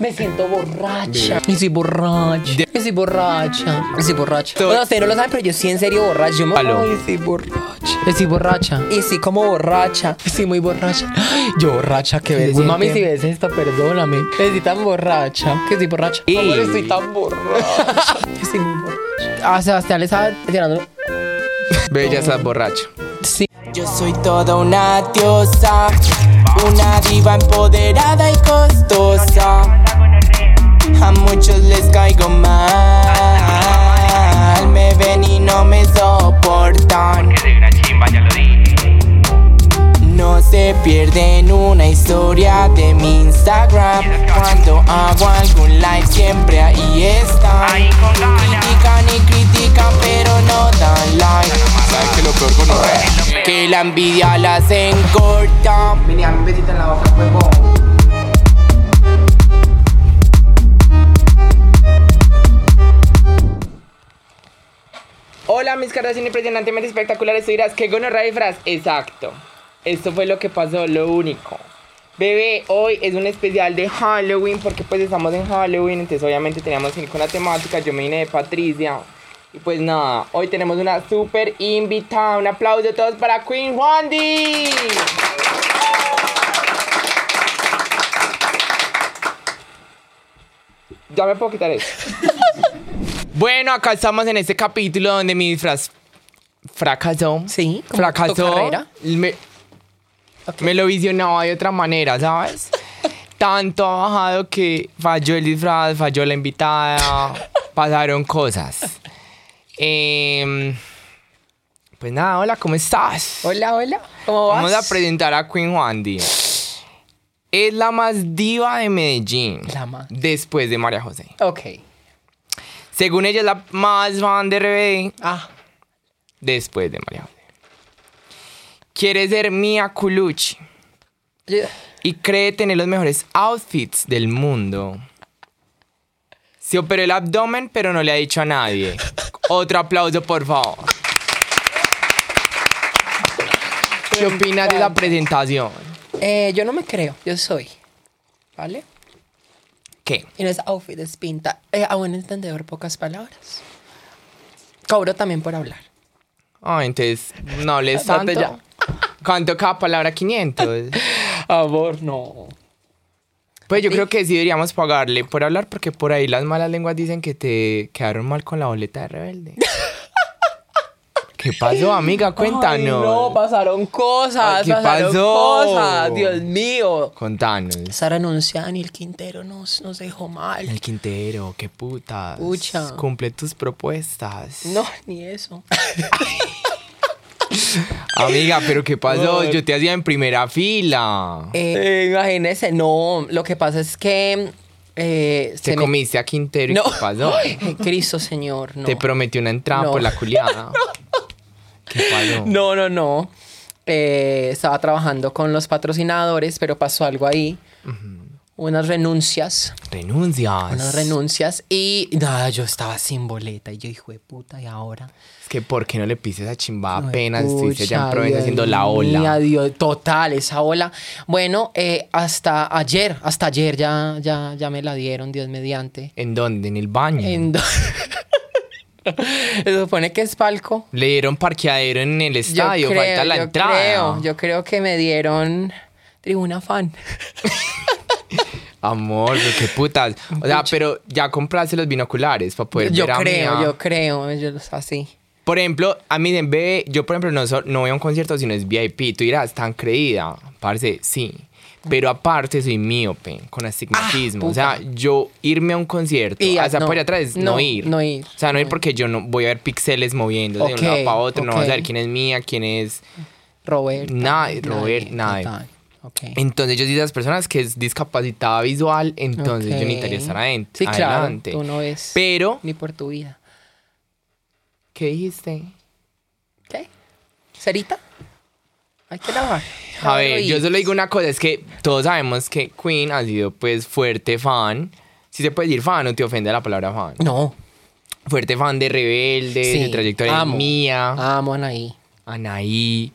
Me siento borracha. Y soy borracha. Y soy borracha. Y soy borracha. Todo- Bueno, ustedes no lo saben, pero yo sí en serio borracha. Yo me... Aló. Ay, soy borracha. Y soy borracha. Y soy como borracha. Y soy muy borracha. Ay, Yo borracha que ves. siente. Mami, si ves esto, perdóname. Estoy tan borracha. Que soy borracha. Y- Amor, estoy tan borracha. Que soy muy borracha. A Sebastián le estaba tirando... Bella estás borracho. Sí. Yo soy toda una diosa, una diva empoderada y costosa. A muchos les caigo mal, me ven y no me soportan. de una chimba, ya lo dije. No se pierden una historia de mi Instagram. Cuando hago algún live siempre ahí están. Ahí con ganas. Critican y critican pero no dan like. ¿Sabes que lo peor con Que la envidia la hacen corta. Vení a mi besito en la boca, huevón. Hola, mis caras son impresionantemente espectaculares. Tú dirás, qué gonorrea de disfraz. Exacto. Esto fue lo que pasó, lo único. Bebé, hoy es un especial de Halloween porque pues estamos en Halloween, entonces obviamente teníamos que ir con la temática. Yo me vine de Patricia. Y pues nada, hoy tenemos una super invitada. Un aplauso a todos para Queen Wandy. Ya me puedo quitar eso. Bueno, acá estamos en este capítulo donde mi disfraz fracasó. Sí, como tu fracasó. carrera. Me, me lo visionaba de otra manera, ¿sabes? Tanto ha bajado que falló el disfraz, falló la invitada, pasaron cosas. Em, pues nada, hola, ¿cómo estás? Hola, hola. ¿Cómo vas? Vamos a presentar a Queen Wandy. Es la más diva de Medellín. La más. Después de María José. Ok. Según ella es la más fan de RBD Ah. después de María José. Quiere ser Mia Colucci Yo- y cree tener los mejores outfits del mundo. Se operó el abdomen, pero no le ha dicho a nadie. Otro aplauso, por favor. ¿Qué opinas de la presentación? Eh, yo no me creo, yo soy. ¿Vale? ¿Qué? Y no es outfit, es pinta. Eh, a buen entendedor, pocas palabras. Cobro también por hablar. Ah, entonces, no hables Date tanto. ¿Cuánto cada palabra? 500. Amor, no. Pues yo creo que sí deberíamos pagarle por hablar, porque por ahí las malas lenguas dicen que te quedaron mal con la boleta de rebelde. ¿Qué pasó, amiga? Cuéntanos. no, pasaron cosas, Ay, ¿qué pasaron pasó? cosas, Dios mío. Contanos. Sara anunciada y el Quintero nos, nos dejó mal. El Quintero, qué putas. Pucha. Cumple tus propuestas. No, ni eso. Amiga, pero ¿qué pasó? Yo te hacía en primera fila. Eh, imagínense, no, lo que pasa es que... eh, te se me- comiste a Quintero y No. ¿qué pasó? Ay, Cristo, señor, no. Te prometió una entrada No. por la culiada. ¿Qué pasó? No, no, no. Eh, estaba trabajando con los patrocinadores, pero pasó algo ahí. Unas renuncias, Renuncias. unas renuncias y nada, yo estaba sin boleta y yo hijo de puta y ahora. Es que ¿por qué no le pises a chimbada apenas apenas estuviste allá en Provenza haciendo la ola? total, esa ola. Bueno, eh, hasta ayer, hasta ayer ya, ya, ya me la dieron, Dios mediante. ¿En dónde? ¿En el baño? En do- Se supone que es palco. Le dieron parqueadero en el estadio, falta la yo entrada. creo, yo creo que me dieron tribuna fan. Amor, pero qué putas. O sea, pero ya compraste los binoculares para poder yo ver a creo, Pues Mía. yo creo, yo lo- así. Por ejemplo, a mí en vez, yo por ejemplo no, so- no voy a un concierto si no es VIP. Tú dirás, tan creída. Parce, sí. Pero aparte soy míope, con astigmatismo. o sea, yo irme a un concierto, Ah, Y, ah, hasta no. por allá atrás, es no, No, ir. no ir. O sea, no ir porque yo no voy a ver píxeles moviéndose de un lado Ok, para otro. No vas a ok. ver quién es mía, quién es... Robert. Nada, Robert, nada. Entonces yo soy de las personas que es discapacitada visual, entonces yo necesitaría estar aden- Sí, claro, adelante. tú no ves. Pero, Ni por tu vida. ¿qué dijiste? ¿Qué? ¿Cerita? Hay que lavar. A ver, Lavar yo y- solo digo una cosa, es que todos sabemos que Queen ha sido pues fuerte fan. Si se puede decir fan, no te ofende la palabra fan. No. Fuerte fan de Rebelde, de trayectoria amo. mía, Amo, Anaí. Anaí.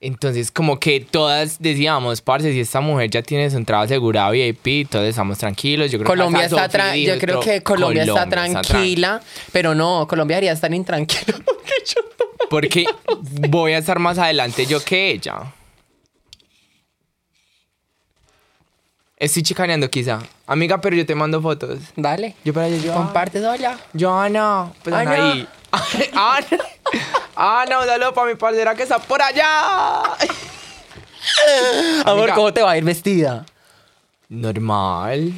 Entonces, como que todas decíamos, parce, si esta mujer ya tiene su entrada asegurada VIP, todos estamos tranquilos. Yo creo Colombia que hasta está tra- Sofi yo dijo, creo que Colombia, está tranquila, pero no, Colombia debería estar intranquila porque yo no- Porque voy a estar más adelante yo que ella. Estoy chicaneando quizá. Amiga, pero yo te mando fotos. Dale. Yo para allá, yo. Comparte sola. Joana, pues Ana. Anaí. Ana. Ana, un saludo para mi parcera que está por allá. Amor, Amiga. ¿cómo te va a ir vestida? Normal.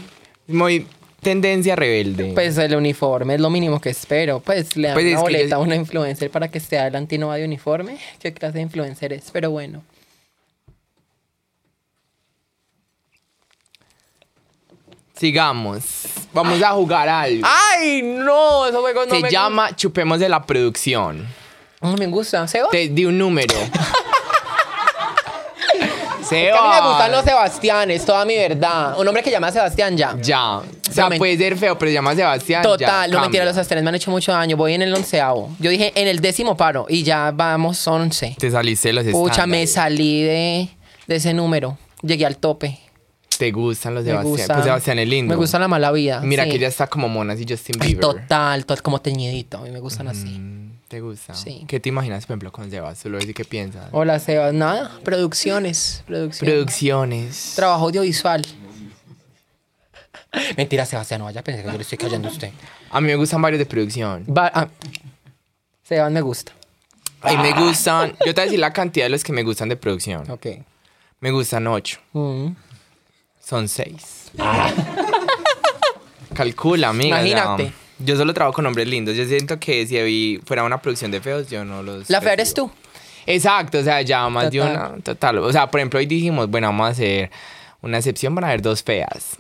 Muy tendencia rebelde. Pues el uniforme es lo mínimo que espero. Pues le dan Pues es una que boleta yo- a una influencer para que esté adelante y no va de uniforme. ¿Qué clase de influencer es? Pero bueno. sigamos. Vamos a jugar algo. ¡Ay, no! Esos juegos Ah, no Se me llama Chupemos de la producción. No me gusta. ¿Seba? Te di un número. Que a mí me gustan los Sebas. Sebastianes, toda mi verdad. Un hombre que llama Sebastián ya. Ya. O sea, No, men- puede ser feo, pero se llama Sebastián. ya, Total, no cambia. mentira, los Sebastianes me han hecho mucho daño. Voy en el onceavo. Yo dije en el décimo paro y ya vamos once. Te saliste de los Pucha, me estándares. salí de, de ese número. Llegué al tope. Te gustan los Me Sebastián. gusta. Pues Sebastián es lindo. Me gusta la mala vida. Mira sí. que ella está como Mona y Justin Ay, Bieber. Total, total, como teñidito. A mí me gustan así. Mm, ¿Te gusta? Sí. ¿Qué te imaginas, por ejemplo, con Sebas? Solo decir qué piensas. Hola, Sebas. Nada, producciones. Producciones. Producciones. Trabajo audiovisual. Mentira, Sebastián, no vaya a pensar que yo le estoy callando a usted. A mí me gustan varios de producción. Va- ah, Sebas me gusta. A mí me gustan. Yo te voy a decir la cantidad de los que me gustan de producción. Ok. Me gustan ocho. Mm. Son seis. Calcula, amiga. o sea, Imagínate. yo solo trabajo con hombres lindos. Yo siento que si ahí fuera una producción de feos, yo no los. La fea eres recibo. tú. Exacto, o sea, ya más de Total. una. Total. O sea, por ejemplo, hoy dijimos, bueno, vamos a hacer una excepción para ver dos feas.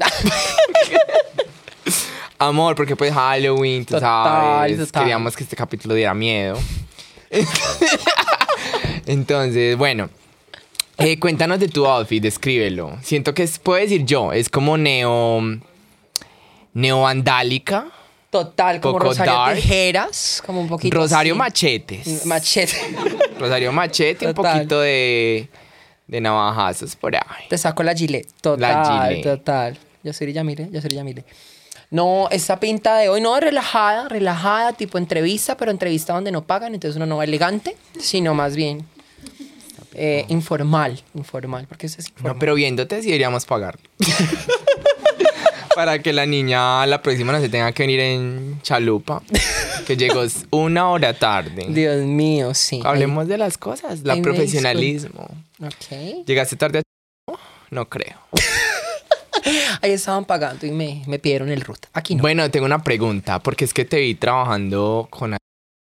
Amor, porque pues Halloween, tú Total, sabes. total. Queríamos que este capítulo diera miedo. Entonces, bueno. Eh, cuéntanos de tu outfit, descríbelo. Siento que es, puedo decir yo, es como neo. neoandálica. Total, como Poco Rosario dark. Tijeras, como un poquito. Rosario así. Machetes. Machete. Rosario Machete, un Total. poquito de, de navajazos por ahí. Te saco la gilet. Total, Gillette. total. Yo soy Yamile, yo soy Yamile. No, esa pinta de hoy no relajada, relajada, tipo entrevista, pero entrevista donde no pagan, entonces uno no va elegante, sino más bien eh, informal, informal, porque eso es informal. No, pero viéndote sí deberíamos pagar. Para que la niña la próxima no se tenga que venir en chalupa. Que llegó una hora tarde. Dios mío, sí. pues. Hablemos de las cosas, la Ay, me profesionalismo. Ahí- ok. ¿Llegaste tarde a No creo. Ahí estaban pagando y me, me pidieron el root. Aquí no. Bueno, tengo una pregunta, porque es que te vi trabajando con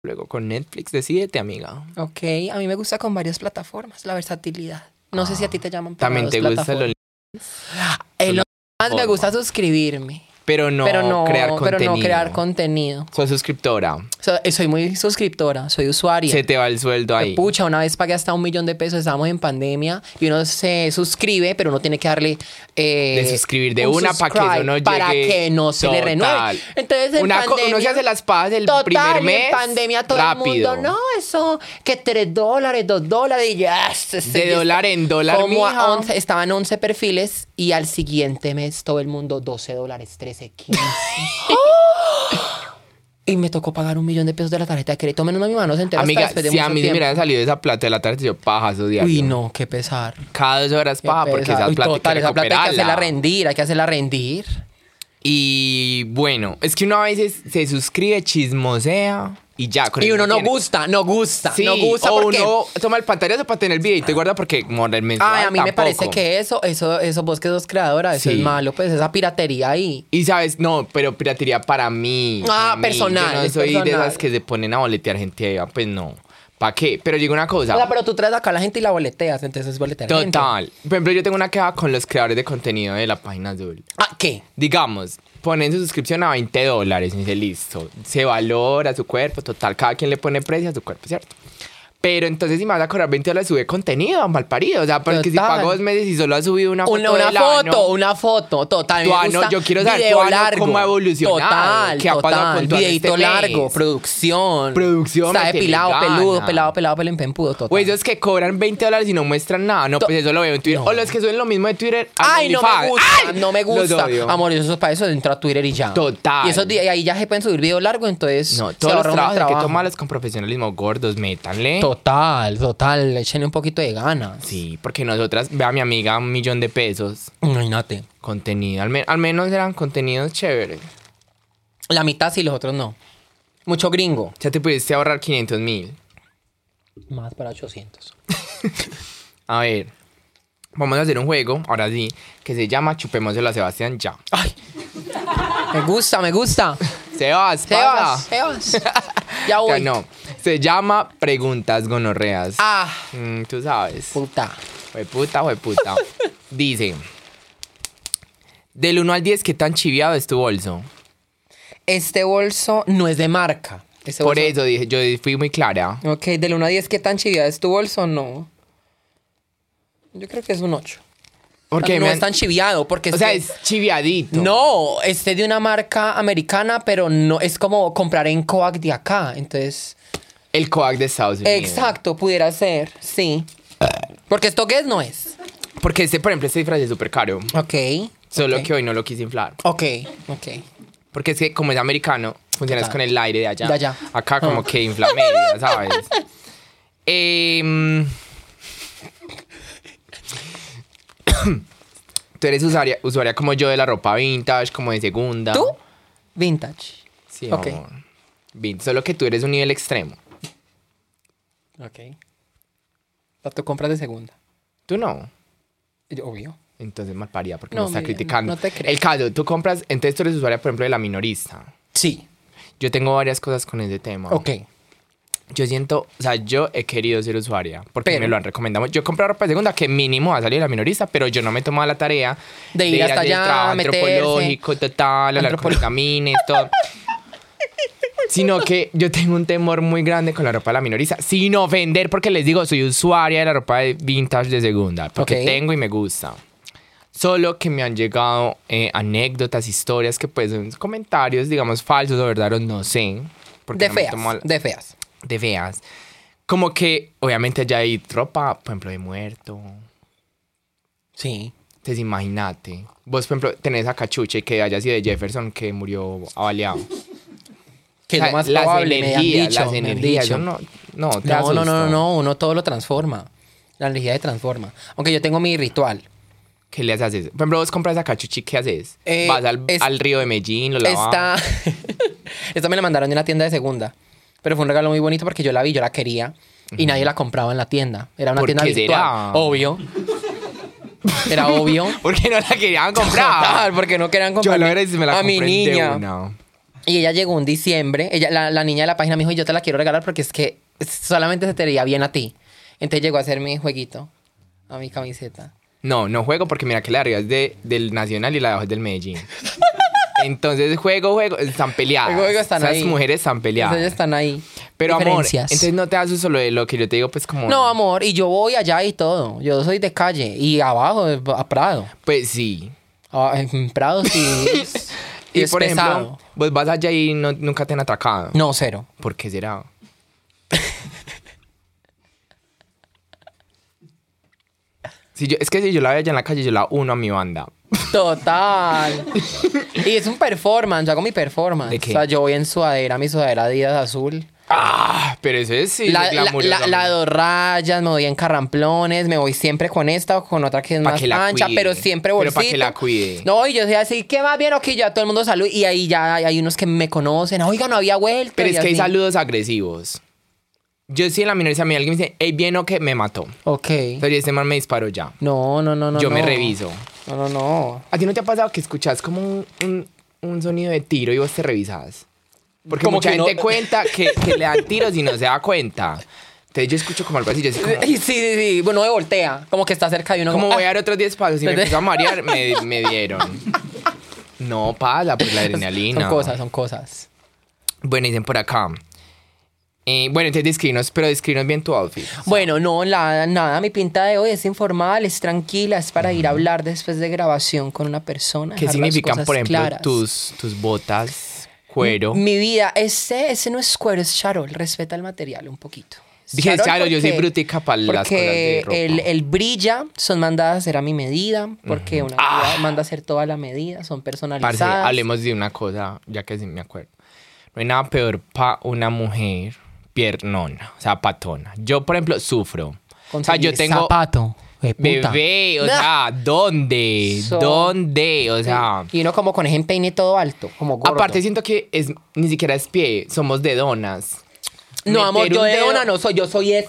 luego con Netflix. Decídete, amiga. Ok, a mí me gusta con varias plataformas, la versatilidad. No sé si a ti te llaman para También dos te gusta plataformas. lo Eh, lo más me plataforma. gusta suscribirme, pero no, pero no crear pero contenido. no crear contenido. Soy suscriptora. So- eh, soy muy suscriptora, soy usuaria. Se te va el sueldo ahí. Pucha, una vez pagué hasta un millón de pesos, estábamos en pandemia y uno se suscribe, pero uno tiene que darle. eh, De suscribir de un una pa' que eso subscribe no Para llegue. que no se le Total. renueve. Entonces, en Una co- pandemia, uno se hace las pajas del total, primer y mes, En pandemia todo rápido. el mundo, no, eso, que 3 dólares, 2 dólares, y "Ah, ya. se- se- De dólar en dólar, Como a mija. 11, estaban 11 perfiles y al siguiente mes todo el mundo 12 dólares, 13, 15. Y me tocó pagar un millón de pesos de la tarjeta de crédito. Menos a mi mano se entera hasta Amiga, después de si a mucho mí me tiempo. hubiera salido esa plata de la tarde, yo pajas diario. Uy, no, qué pesar. Cada dos horas qué paja, porque pesar. esa Uy, plata hay total, que esa plata hay que hacerla recuperarla. rendir, hay que hacerla rendir. Y bueno, es que uno a veces se suscribe, chismosea y ya. con Y eso uno no tiene. gusta, no gusta, Sí, no gusta o porque... uno toma el pantallazo para tener el video y te guarda porque moral mensual Ay, a mí me parece tampoco. que eso, eso, eso vos que sos creadora, eso Sí. es malo, pues esa piratería ahí. Y sabes, no, pero piratería para mí. Ah, para mí. personal, Yo no es soy de personal. las que se ponen a boletear gente ahí, ah, pues no. ¿Para qué? Pero digo una cosa. O sea, pero tú traes acá a la gente y la boleteas, entonces es boletear pues, gente. Total. Por ejemplo, yo tengo una queja con los creadores de contenido de la página azul. Ah, ¿qué? Digamos, ponen su suscripción a 20 dólares y dice listo. Se valora su cuerpo, total. Cada quien le pone precio a su cuerpo, ¿cierto? Pero entonces si me vas a cobrar 20 dólares, sube contenido, mal parido. O sea, porque si Total. pago dos meses y solo has subido una foto Una, una del ano, foto, una foto, total. Tu me ano, gusta yo quiero saber tu video ano largo. cómo ha evolucionado, Total, qué ha total. pasado con tu ano Videíto este largo, mes. producción. Producción, Está métele depilado, gana. peludo, pelado, pelado, pelempempudo, total. O Pues esos que cobran 20 dólares y no muestran nada. No, To- pues eso lo veo en Twitter. No. O los que suben lo mismo de Twitter. al Ay, no me OnlyFans. gusta, ¡Ay! no me Los gusta. odio. Amor, eso es para eso, entra a Twitter y ya. Total. Y esos días, y ahí ya se pueden subir videos largos, entonces. No, se todos los ahorra uno trabajos hay que trabajo. tomarlos con profesionalismo gordos, métanle. Total, total, échenle un poquito de ganas. sí, porque nosotras, vea mi amiga, un millón de pesos. Imagínate. Contenido, al, me- al menos eran contenidos chéveres. La mitad sí, los otros no. Mucho gringo. Ya te pudiste ahorrar 500 mil. Más para 800. A ver, vamos a hacer un juego, ahora sí, que se llama Chupémoselo a Sebastián ya. Me gusta, me gusta. Sebas, Sebas, pasa. Sebas. Ya voy. Ya no, se llama Preguntas Gonorreas. Ah, Mm, tú sabes. puta. Jueputa, jueputa. Dice, del 1 al 10, ¿qué tan chiviado es tu bolso? Este bolso no es de marca. Este Por bolso- eso dije, yo fui muy clara. Ok, del 1 a 10, ¿qué tan chivía es tu bolso? No. Yo creo que es un 8. Porque no me es han- tan chiviado, porque O es sea, que- es chiviadito. No, este de una marca americana, pero no es como comprar en Coac de acá. Entonces, El coac de Estados Unidos. exacto, pudiera ser, sí. Porque esto que es no es. Porque este, por ejemplo, este disfraz es súper caro. Ok. Solo ok. que hoy no lo quise inflar. Ok, ok. Porque es que como es americano, funcionas Total. con el aire de allá. De allá. Acá como Ah. que infla media, ¿sabes? Em, Tú eres usuaria, usuaria como yo de la ropa vintage, como de segunda. ¿Tú? Vintage. Sí, Ok. amor. Vin- Solo que tú eres un nivel extremo. Ok. La tú compras de segunda. Tú no. Yo, Obvio. Entonces mal paría porque No, me está mira, no- criticando. no te creo. El caso, tú compras, entonces tú eres usuaria, por ejemplo, de la minorista. Sí. Yo tengo varias cosas con ese tema. Ah, Ok. Yo siento, o sea, yo he querido ser usuaria porque Pero- me lo han recomendado. Yo compré ropa de segunda que mínimo va a salir la minorista, pero yo no me he tomado la tarea De ir hasta al allá, trabajo meterse. antropológico, total, hablar con Antropolo- los camines, todo. Sino que yo tengo un temor muy grande con la ropa de la minorista, sin ofender, porque les digo, soy usuaria de la ropa de vintage de segunda, porque Ok. tengo y me gusta. Solo que me han llegado eh, anécdotas, historias que pues son comentarios, digamos, falsos o verdaderos, no sé. porque De no me he feas. tomado la- De feas. de veas. Como que, obviamente, allá hay ropa, por ejemplo, de muerto. Sí. Entonces, imagínate. Vos, por ejemplo, tenés a Cachuche que haya sido de Jefferson que murió avaleado. Que O sea, es lo más las probable, me han energías, dicho, las me han energías. dicho. yo no, no, te No, no, asusta. no, no, no, uno todo lo transforma. La energía se transforma. Aunque yo tengo mi ritual. ¿Qué le haces? Por ejemplo, vos compras a Cachuche, ¿qué haces? Eh, Vas al, es- al río de Medellín, lo lavas. Esta, esta me la mandaron de una tienda de segunda. Pero fue un regalo muy bonito porque yo la vi, yo la quería. Y nadie la compraba en la tienda. Era una ¿Por tienda qué virtual. será? Obvio. Era obvio. ¿Por qué no la querían comprar? Total, porque no querían yo comprar lo era y me la a mi compré de niña. una. Y ella llegó un diciembre. Ella, la, la niña de la página me dijo, yo te la quiero regalar porque es que solamente se te veía bien a ti. Entonces llegó a hacerme jueguito a mi camiseta. No, no juego porque mira que la de arriba es de, del Nacional y la de abajo es del Medellín. Entonces juego, juego, están peleadas. Juego, juego, están Esas ahí. mujeres están peleadas. Entonces están ahí. Pero amor, Diferencias. entonces no te haces solo de lo que yo te digo, pues como... No, amor, y yo voy allá y todo. Yo soy de calle y abajo, a Prado. Pues sí. Ah, en Prado sí. es- Y es por pesado. ejemplo, vos vas allá y no- nunca te han atracado. No, cero. ¿Por qué será? Si yo, es que si yo la veo allá en la calle, yo la uno a mi banda. Total. y es un performance, yo hago mi performance. ¿De qué? O sea, yo voy en sudadera, mi sudadera Adidas azul. Ah, pero eso es sí. la, es la- glamuroso, la- la amor. dos rayas, me voy en carramplones, me voy siempre con esta o con otra que es Pa' más que la ancha, cuide. pero siempre Pero pa' bolsita. que la cuide. No, y yo soy así, que va bien o que ya todo el mundo salud y ahí ya hay, hay unos que me conocen, "Ah, oiga, no había vuelto. Pero y es que hay así. saludos agresivos. Yo sí en la minoría, a mí alguien me dice, hey, bien o que me mató. Ok. Entonces este man me disparó ya. No, no, no, no. yo me no. reviso. No, no, no. ¿A ti no te ha pasado que escuchas como un, un- un sonido de tiro y vos te revisas? Porque Como mucha que no- gente cuenta que, que le dan tiros y no se da cuenta. Entonces yo escucho como algo así, yo así como, Y sí, sí, sí. Bueno, me voltea. Como que está cerca de uno. como como, "Ah, voy a dar otros 10 pasos y me Desde- empiezo a marear, me, me dieron. No pasa, pues la "Ah". adrenalina. Son cosas, son cosas. Bueno, dicen por acá. Eh, bueno, entonces describimos, pero describimos bien tu outfit. Bueno, no, nada, nada. Mi pinta de hoy es informal, es tranquila, es para ir a hablar después de grabación con una persona. ¿Qué dejar las significan, cosas por ejemplo, claras. Mm, tus, tus botas, cuero? Mi vida, ese, ese no es cuero, es charol. Respeta el material un poquito. Es Dije, charol, yo soy porque- brutica pa' las cosas de Porque ropa. el, el brilla son mandadas a hacer a mi medida, porque una vida manda a hacer toda la medida, son Ah. Parce, personalizadas. hablemos de una cosa, ya que sí me acuerdo. No hay nada peor para una mujer piernona, o sea, patona. Yo, por ejemplo, sufro. O sea, yo Conseguir tengo... zapato, jueputa. Bebé, o Nah. sea, ¿dónde? So- ¿Dónde? O sea... Y uno como con ese peine todo alto, como gordo. Aparte siento que es ni siquiera es pie, somos de donas. no, amor, meter yo un de dedo- una no soy, yo soy es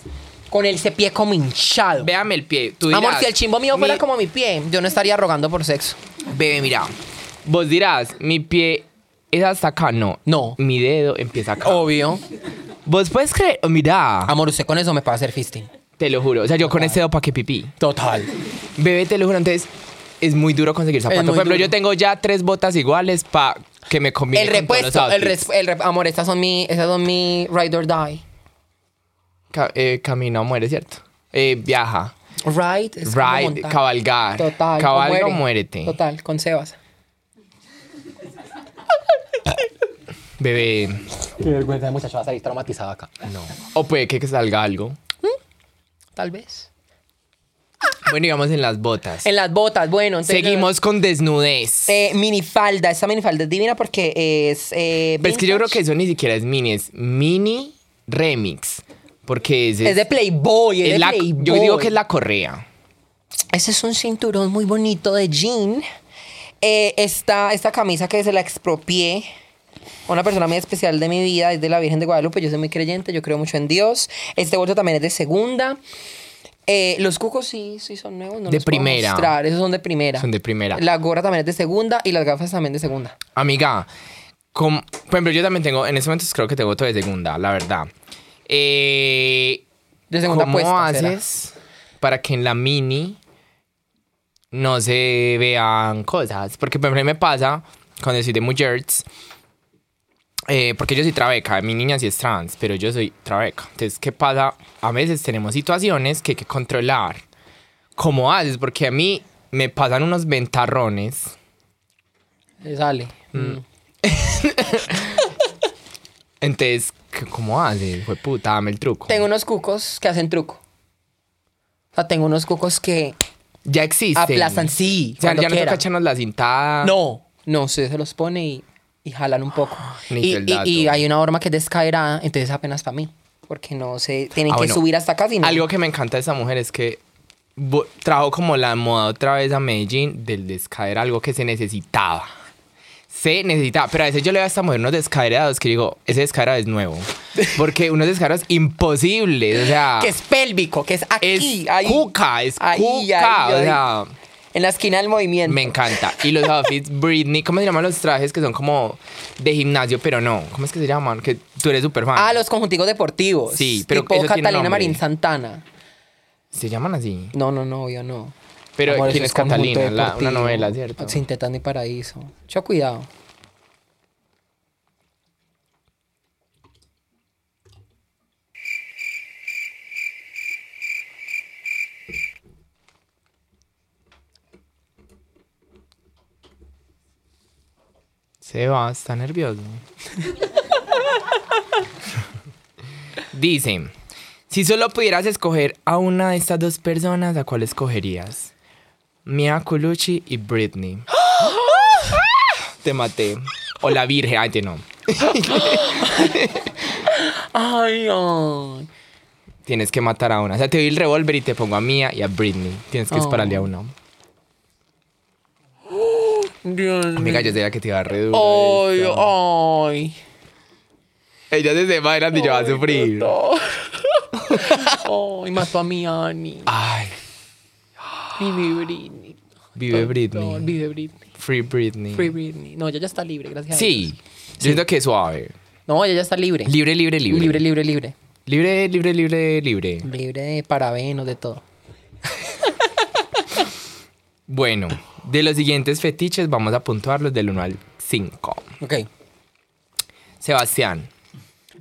con el ese pie como hinchado. Véame el pie. Tú dirás, amor, si el chimbo mío mi- fuera como mi pie, yo no estaría rogando por sexo. Bebé, mira. Vos dirás, mi pie es hasta acá. No. No. Mi dedo empieza acá. Obvio. Vos puedes creer. oh, Mira. Amor, usted con eso me puede hacer fisting. Te lo juro. O sea, yo con ese dedo pa' que pipí. Total. Bebé, te lo juro. Entonces, es muy duro conseguir zapatos. muy Por ejemplo, duro. yo tengo ya tres botas iguales pa' que me combinen. El con todos repuesto, los el, outfits. res- el rep- amor, estas son mi, estas son mi ride or die. Ca- eh, camino muere, ¿cierto? Eh, viaja. Ride, es como Ride, montar. cabalgar. Total. Cabalga o o muere. muérete. Total, con Sebas. Bebé. Qué vergüenza, muchacho, va a salir traumatizado acá. No. O puede que salga algo. Tal vez. Bueno, digamos en las botas. En las botas, bueno. entonces- Seguimos con desnudez. Eh, minifalda, esta minifalda es divina porque es. Eh, Pero es que yo creo vintage. que eso ni siquiera es mini, es mini remix. Porque ese Es de Playboy, es, es de la- Playboy. yo digo que es la correa. Ese es un cinturón muy bonito de jean. Eh, esta, esta camisa que se la expropié a una persona muy especial de mi vida, es de la Virgen de Guadalupe. Yo soy muy creyente, yo creo mucho en Dios. Este bolso también es de segunda. Eh, los cucos sí, sí son nuevos. No De los puedo primera. mostrar, esos son de primera. Son de primera. La gorra también es de segunda y las gafas también de segunda. Amiga, com- por ejemplo, yo también tengo, en ese momento creo que tengo todo de segunda, la verdad. Eh, De segunda ¿Cómo puesta, será? haces para que en la mini no se vean cosas? Porque por ejemplo me pasa cuando soy de mujeres, eh, porque yo soy trabeca, mi niña sí es trans, pero yo soy trabeca. Entonces, ¿qué pasa? A veces tenemos situaciones que hay que controlar. ¿Cómo haces? Porque a mí me pasan unos ventarrones. Le sale. Mm. Entonces, ¿qué- ¿cómo haces? Fue puta, dame el truco. Tengo unos cucos que hacen truco. O sea, tengo unos cucos que Ya existen. aplastan, sí. O sea, cuando ya no toca quiera. echarnos la cintada. No, no, usted se los pone y, y jalan un poco. Necesito Y, Ah, el y- dato. y hay una horma que es descaerada, entonces apenas para mí. Porque no se tienen Ah, que bueno. subir hasta acá. Sino, Algo que me encanta de esa mujer es que vo- trajo como la moda otra vez a Medellín del descaer, algo que se necesitaba. Se necesitaba, pero a veces yo le veo a esta mujer unos descaderados que digo, ese descaderado es nuevo. Porque unos descaderados imposibles, o sea, que es pélvico, que es es aquí. ahí, cuca, es ahí, cuca, ahí, o ahí. sea, En la esquina del movimiento. me encanta. Y los outfits Britney, ¿cómo se llaman los trajes que son como de gimnasio, pero no? ¿Cómo es que se llaman? Que tú eres súper fan. Ah, los conjuntivos deportivos. Sí, pero Tipo eso tiene Catalina nombre. Marín Santana. Se llaman así. No, no, no, yo no. Pero Amor, ¿quién eso es Catalina? conjunto La- deportivo. una novela, ¿cierto? Sin tetas ni paraíso. Yo cuidado. Seba, está nervioso. Dice, si solo pudieras escoger a una de estas dos personas, ¿a cuál escogerías? Mia Colucci y Britney. Te maté. O la Virgen, ay, te no. Ay, ay. Tienes que matar a una. O sea, te doy el revólver y te pongo a Mia y a Britney. Tienes que dispararle Oh. a una. Dios mío. Amiga, yo sabía que te iba a re duro Ay, esto. ay. Ella se se va a y yo va a sufrir. Ay, mató a mi Annie. Ay, Y mi Britney. vive No, Britney. vive Britney. Free Britney. Free Britney. No, ella ya está libre, gracias a Dios. Sí. Yo siento que es suave. No, ella ya está libre. Libre, libre, libre. Libre, libre, libre. Libre, libre, libre, libre. Libre de parabenos, de todo. Bueno, de los siguientes fetiches vamos a puntuarlos del 1 al 5. Ok. Sebastián,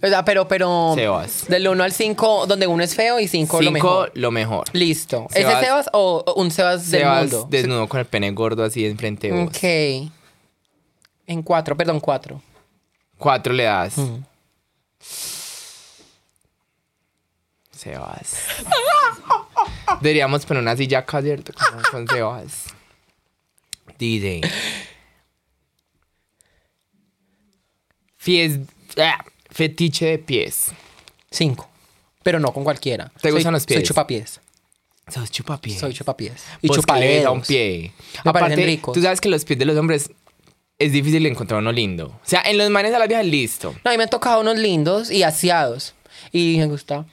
O sea, pero, pero. Sebas. Del 1 al 5, donde uno es feo y 5 lo Cinco, mejor. lo mejor. Listo. ¿Ese Sebas- Sebas o o un Sebas del Sebas mundo? Mm. desnudo con el pene gordo así enfrente de vos. Ok. En 4, perdón, 4. Cuatro le das. Mm. Sebas. Deberíamos poner una silla acá, ¿cierto? Como con Sebas. DJ. Fies... ah, Fetiche de pies. 5. Pero no con cualquiera. ¿Te Soy- gustan los pies? Soy Pues chupapiés. Sos chupapiés. Soy chupapiés. Y Y chupapiés a chupadedos. un pie. Me parecen Aparte, ricos. tú sabes que los pies de los hombres es difícil encontrar uno lindo. O sea, en los manes a las viejas, listo. No, a mí me han tocado unos lindos y aseados. Y me gusta.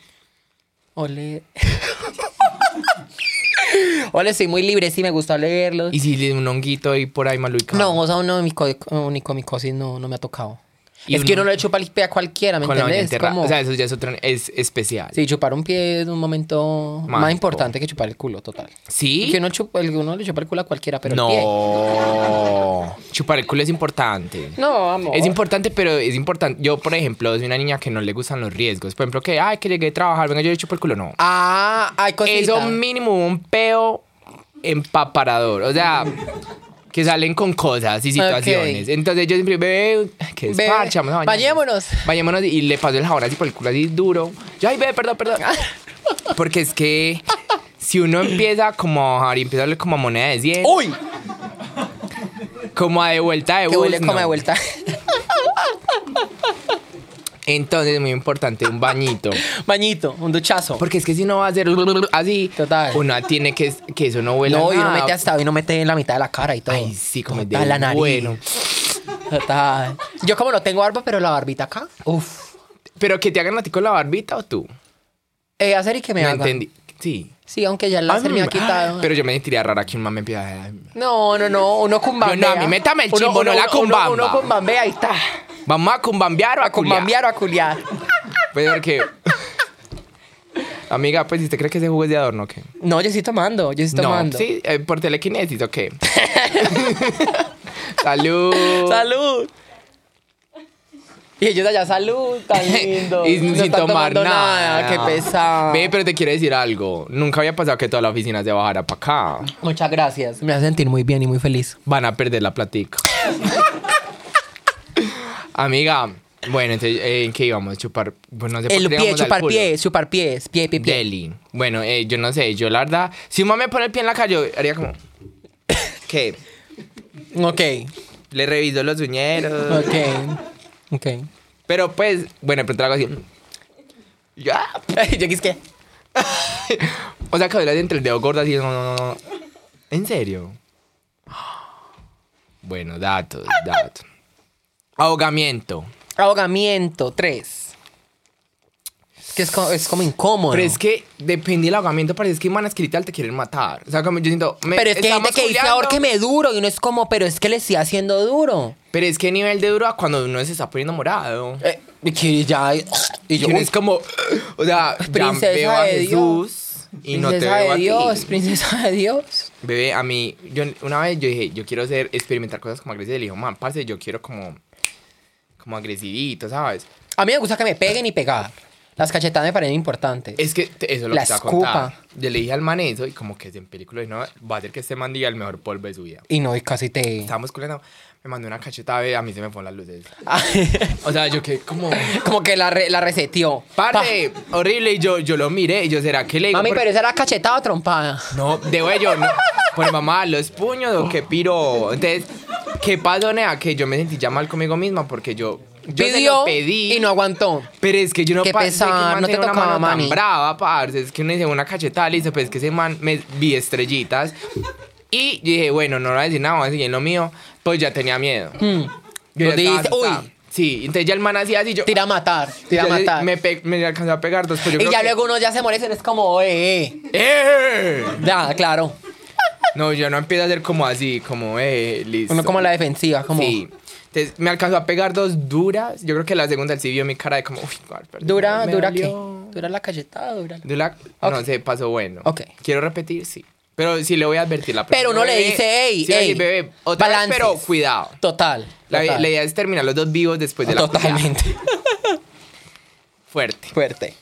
Ole. Ole, soy muy libre, sí, me gusta leerlos. Y si le- un honguito ahí por ahí maluica. No, o sea, uno de micomicosis no, no me ha tocado. Y es que uno- uno le chupa el pie a cualquiera, ¿me con la uña entiendes? enterrada. Como- O sea, eso ya es otro. Es especial. Sí, chupar un pie es un momento Mágico. más importante que chupar el culo, total. ¿Sí? Que uno, chupa, el- uno le chupa el culo a cualquiera, pero el pie. No. Chupar el culo es importante. No, amor. Es importante, pero es importante. Yo, por ejemplo, soy una niña que no le gustan los riesgos. Por ejemplo, que, ay, que llegué a trabajar, venga, yo le chupo el culo. No. Ah, hay cositas. Eso mínimo un peo empaparador. O sea, que salen con cosas y situaciones. Ok. Entonces yo siempre, bebé, que Bebé, despacha, vamos a bañarnos". bañémonos. Bañémonos y le paso el jabón así por el culo así duro. Yo, ay, bebé, perdón, perdón. Porque es que si uno empieza como a bajar y empieza a hablar como a moneda de 100, ¡Uy! como a de vuelta de Que bus, huele como no. de vuelta. Entonces es muy importante un bañito. Bañito, un duchazo. Porque es que si no va a hacer así, Total. uno tiene que, que eso no huela No, y uno nada. mete hasta, y uno mete en la mitad de la cara y todo. Ay, sí, como es de Total, la nariz. bueno. Total. Yo como no tengo barba, pero la barbita acá. Uf. Pero que te hagan a ti con la barbita o tú. Eh, hacer y que me no hagan. entendí. Ah, Sí. Sí, aunque ya el láser me ha Ay, quitado. Pero yo me sentiría rara que un man me empieza a... No, no, no. Uno cumbambea. Yo no, a mí métame el chimbo, no la cumbamba. Uno, uno cumbambea, ahí está. Vamos a cumbambear o a A cumbambear. cumbambear o a culiar. que... Amiga, pues si usted cree que ese jugo es de adorno, o ¿qué? No, yo estoy tomando, yo estoy tomando. No, sí, eh, por telequinesis, ¿o qué? Salud. ¡Salud! Y ellos allá, salud, tan lindo. Y No sin están tomar tomando nada. Qué pesado. Ve, pero te quiero decir algo. Nunca había pasado que toda la oficina se bajara para acá. Muchas gracias. Me hace sentir muy bien y muy feliz. Van a perder la platica. Amiga, bueno, entonces, eh, ¿en qué íbamos? Chupar. Bueno, no sé por El qué pie, íbamos al chupar culo. pies, chupar pies, pie, pie, pie. Deli. Bueno, eh, yo no sé, yo la verdad. Si un man me pone el pie en la calle, yo haría como. ¿Qué? Ok, Le reviso los uñeros. ok, ok. Pero pues, bueno, de pronto hago así. Ya. Yo quisque. O sea, que hablas entre el dedo gordo así. No, no, no. ¿En serio? Bueno, datos, datos. Ahogamiento. Ahogamiento, tres. Es que es co- es como, incómodo. Pero es que depende del ahogamiento, parece que hay manas que literal te quieren matar. O sea, como yo siento. me- Pero es que hay estamos gente que dice culiando, ahora que me duro y uno es como, pero es que le estoy haciendo duro. Pero es que nivel de duro a cuando uno se está poniendo morado. Eh, y que ya. Y Y yo. uno es como. O sea, ya Princesa veo a de Jesús y no te princesa veo de a ti. Dios, princesa de Dios. Bebé, a mí, yo, una vez yo dije, yo quiero ser, experimentar cosas como agresivas. Y le dije, man, parce, yo quiero como. Como agresivito, ¿sabes? A mí me gusta que me peguen y pegar. Las cachetadas me parecen importantes. Es que te- eso es lo La que te voy a contar. escupa. Yo le dije al man eso y como que es en película y no, va a ser que este man diga el mejor polvo de su vida. Y no, y casi te. Estábamos culiando, me mandó una cachetada, bebé, a mí se me fueron las luces. O sea, yo que como... como que la, re- la reseteó. Parte, horrible, y yo, yo lo miré, y yo, ¿será que Pa. le digo? Mami, por- pero esa era cachetada o trompada. No, debo yo, no. Pues mamá, los puños, o qué piro. Entonces, ¿qué pasó, nea? Que yo me sentí ya mal conmigo misma porque yo... Yo se Pidió lo pedí. y no aguantó. Pero es que yo no Qué pensé que pesar, el man no te tenía una tocaba, mano mami. tan brava, parce. Es que uno dice una cachetada, listo, pero es que ese man me vi estrellitas. Y yo dije, bueno, no le voy a decir nada, voy a seguir en lo mío. Pues ya tenía miedo. Yo Vos ya estaba Hmm. dijiste, asustada. uy. Sí, entonces ya el man hacía así, yo... Tira a matar, tira a yo le- matar. Me, pe- me alcanzó a pegar dos, pero yo y creo ya que- luego uno ya se molesta y es como, oye, eh. ¡Eh! Ya, claro. No, yo no empiezo a hacer como así, como, eh, listo. Uno como la defensiva, como. Sí. Entonces me alcanzó a pegar dos duras. Yo creo que la segunda él sí vio mi cara de como, uy, par, perdón, Dura, me dura qué? dolió". Dura la cachetada, dura. la- Dura, no sé, pasó bueno. Ok. Quiero repetir, sí. Pero sí le voy a advertir la Pero uno próxima le vez. dice, "Ey, sí, le voy a ey, decir, bebé, otra vez, balances". pero cuidado. Total. La, total. la idea es terminar los dos vivos después de la culiada. Totalmente. Fuerte. Fuerte.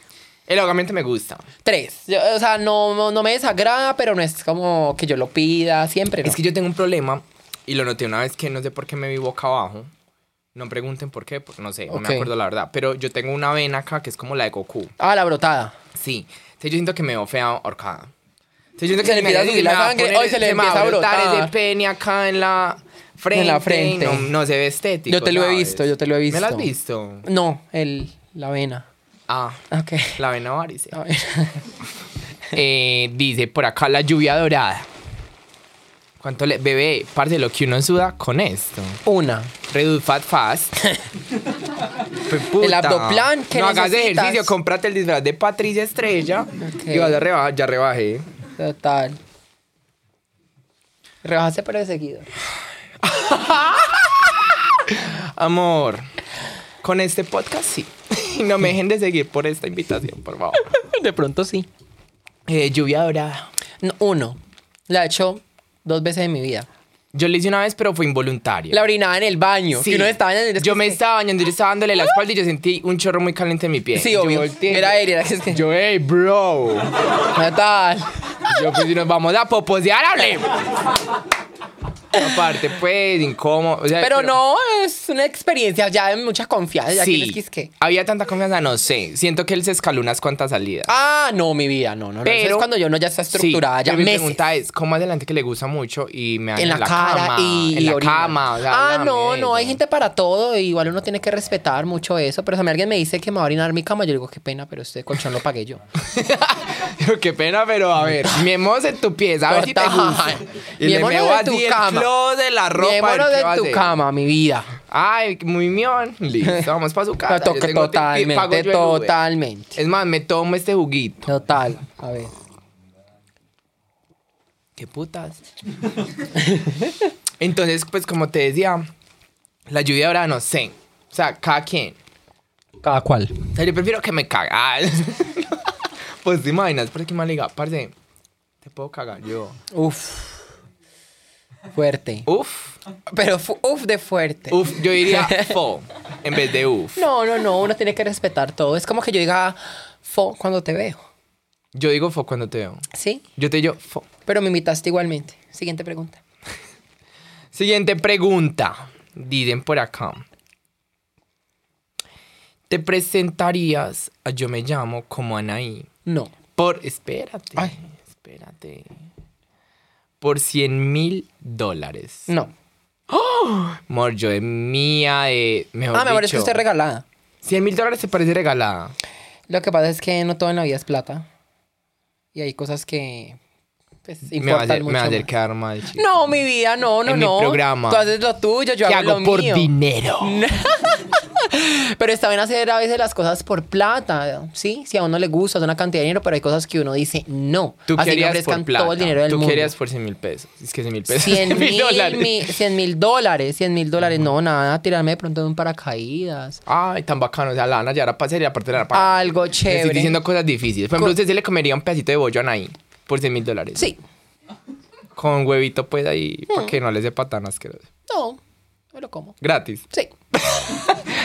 El ahogamiento me gusta. Tres. Yo, o sea, no, no- no me desagrada, pero no es como que yo lo pida siempre. ¿no? Es que yo tengo un problema y lo noté una vez que no sé por qué me vi boca abajo. No pregunten por qué, porque no sé, no Ok. me acuerdo la verdad. Pero yo tengo una vena acá que es como la de Goku. Ah, la brotada. Sí. Entonces yo siento que me veo fea ahorcada. Entonces yo siento Se le que empieza a me- subir la me va sangre, poner- hoy se le me va empieza a brotar. ese pene acá en la frente. En la frente. y No, no se ve estético. Yo te lo he ¿sabes? visto, yo te lo he visto. ¿Me lo has visto? No, el, la vena. Ah, Ok. la vena varice. La vena. Eh, dice por acá la lluvia dorada. ¿Cuánto le... Bebé, parce, lo que uno suda con esto. Una. Reduce Fat Fast. Fue puta. El abdoplan que No hagas necesitas. ejercicio, cómprate el disfraz de Patricia Estrella. Ok. Y vas a rebajar, ya rebajé. Total. Rebajaste pero de seguido. Amor, con este podcast sí. Y no me dejen de seguir por esta invitación, por favor. De pronto sí. Eh, lluvia dorada. No, uno. La he hecho dos veces en mi vida. Yo le hice una vez, pero fue involuntaria. La orinaba en el baño. Sí. que uno estaba en el- yo me estaba bañando, yo estaba dándole la espalda y yo sentí un chorro muy caliente en mi pie. Sí, Yo obvio. volteé. Era aérea. Es que... Yo, hey, bro. Total. Yo, pues, si nos vamos a poposear, hablemos. Aparte, pues, incómodo. o sea, Pero no, es una experiencia ya de mucha confianza. Ya Sí. quieres que es que... Había tanta confianza, no sé. Siento que él se escaló unas cuantas salidas. Ah, no, mi vida, no, no. no. Eso Pero- es cuando yo no ya está estructurada, Sí, ya pero mi meses. pregunta es, ¿cómo adelante que le gusta mucho y me daña en la, cara cama, y en la orina. cama? o sea, ah, no, háblame no, de hay eso. gente para todo, e igual uno tiene que respetar mucho eso, pero si a mí alguien me dice que me va a orinar mi cama, yo digo, qué pena, pero este colchón lo pagué yo. Pero Qué pena, pero a ver, miemos en tu pieza, a ver si te gusta. Total. Y le Miémonos meo en a tu ti el cama. closet, la ropa, a ver Llevémonos qué de va a tu hacer. cama, mi vida. Ay, muy mión. Listo, vamos para su casa. yo To- tengo tipi, pago totalmente, yo el Uber. totalmente. Es más, me tomo este juguito. Total. A ver. Qué putas. Entonces, pues como te decía, la lluvia ahora no sé. O sea, cada quien. Cada cual. O sea, yo prefiero que me cague. Ah, pues te imaginas, porque me diga, parce, te puedo cagar yo. Uf. Fuerte. Uf, Pero fu- uf de fuerte. uf, yo diría fo en vez de uf. No, no, no, uno tiene que respetar todo. Es como que yo diga fo cuando te veo. Yo digo fo cuando te veo. ¿Sí? Yo te digo fo. Pero me invitaste igualmente. Siguiente pregunta. Siguiente pregunta. Dicen por acá. ¿Te presentarías a Yo Me Llamo como Anaí? No. Por, espérate, Ay. espérate. Por 100 mil dólares. No. Amor, yo es mía, de mejor ah, mi amor, es que dicho, usted es regalada. 100 mil dólares te parece regalada. Lo que pasa es que no todo en la vida es plata. Y hay cosas que pues, importan Me va a hacer, me mucho. va a hacer más. quedar mal, chico. No, mi vida, no, no, En mi no. programa. Tú haces lo tuyo, yo ¿Qué hago, hago lo por mío. dinero? Pero está bien hacer a veces las cosas por plata, ¿sí? Si a uno le gusta, es una cantidad de dinero, pero hay cosas que uno dice no. Tú Así que querías ofrezcan por plata. todo el dinero del Tú mundo. querías por 100 mil pesos. Es que 100 mil pesos. 100 mil dólares. mi- 100 mil dólares, 100 mil dólares, no, nada, tirarme de pronto de un paracaídas, Ay, tan bacano. O sea, la van a llevar a pasear y aparte la van a pagar. algo Le Estoy chévere. diciendo cosas difíciles. Por ejemplo, usted se le comería un pedacito de bollo a Anaí por 100 mil dólares. Sí, Con huevito, pues ahí, para que no le sepa tan asqueroso. no, me lo como. Gratis. Sí,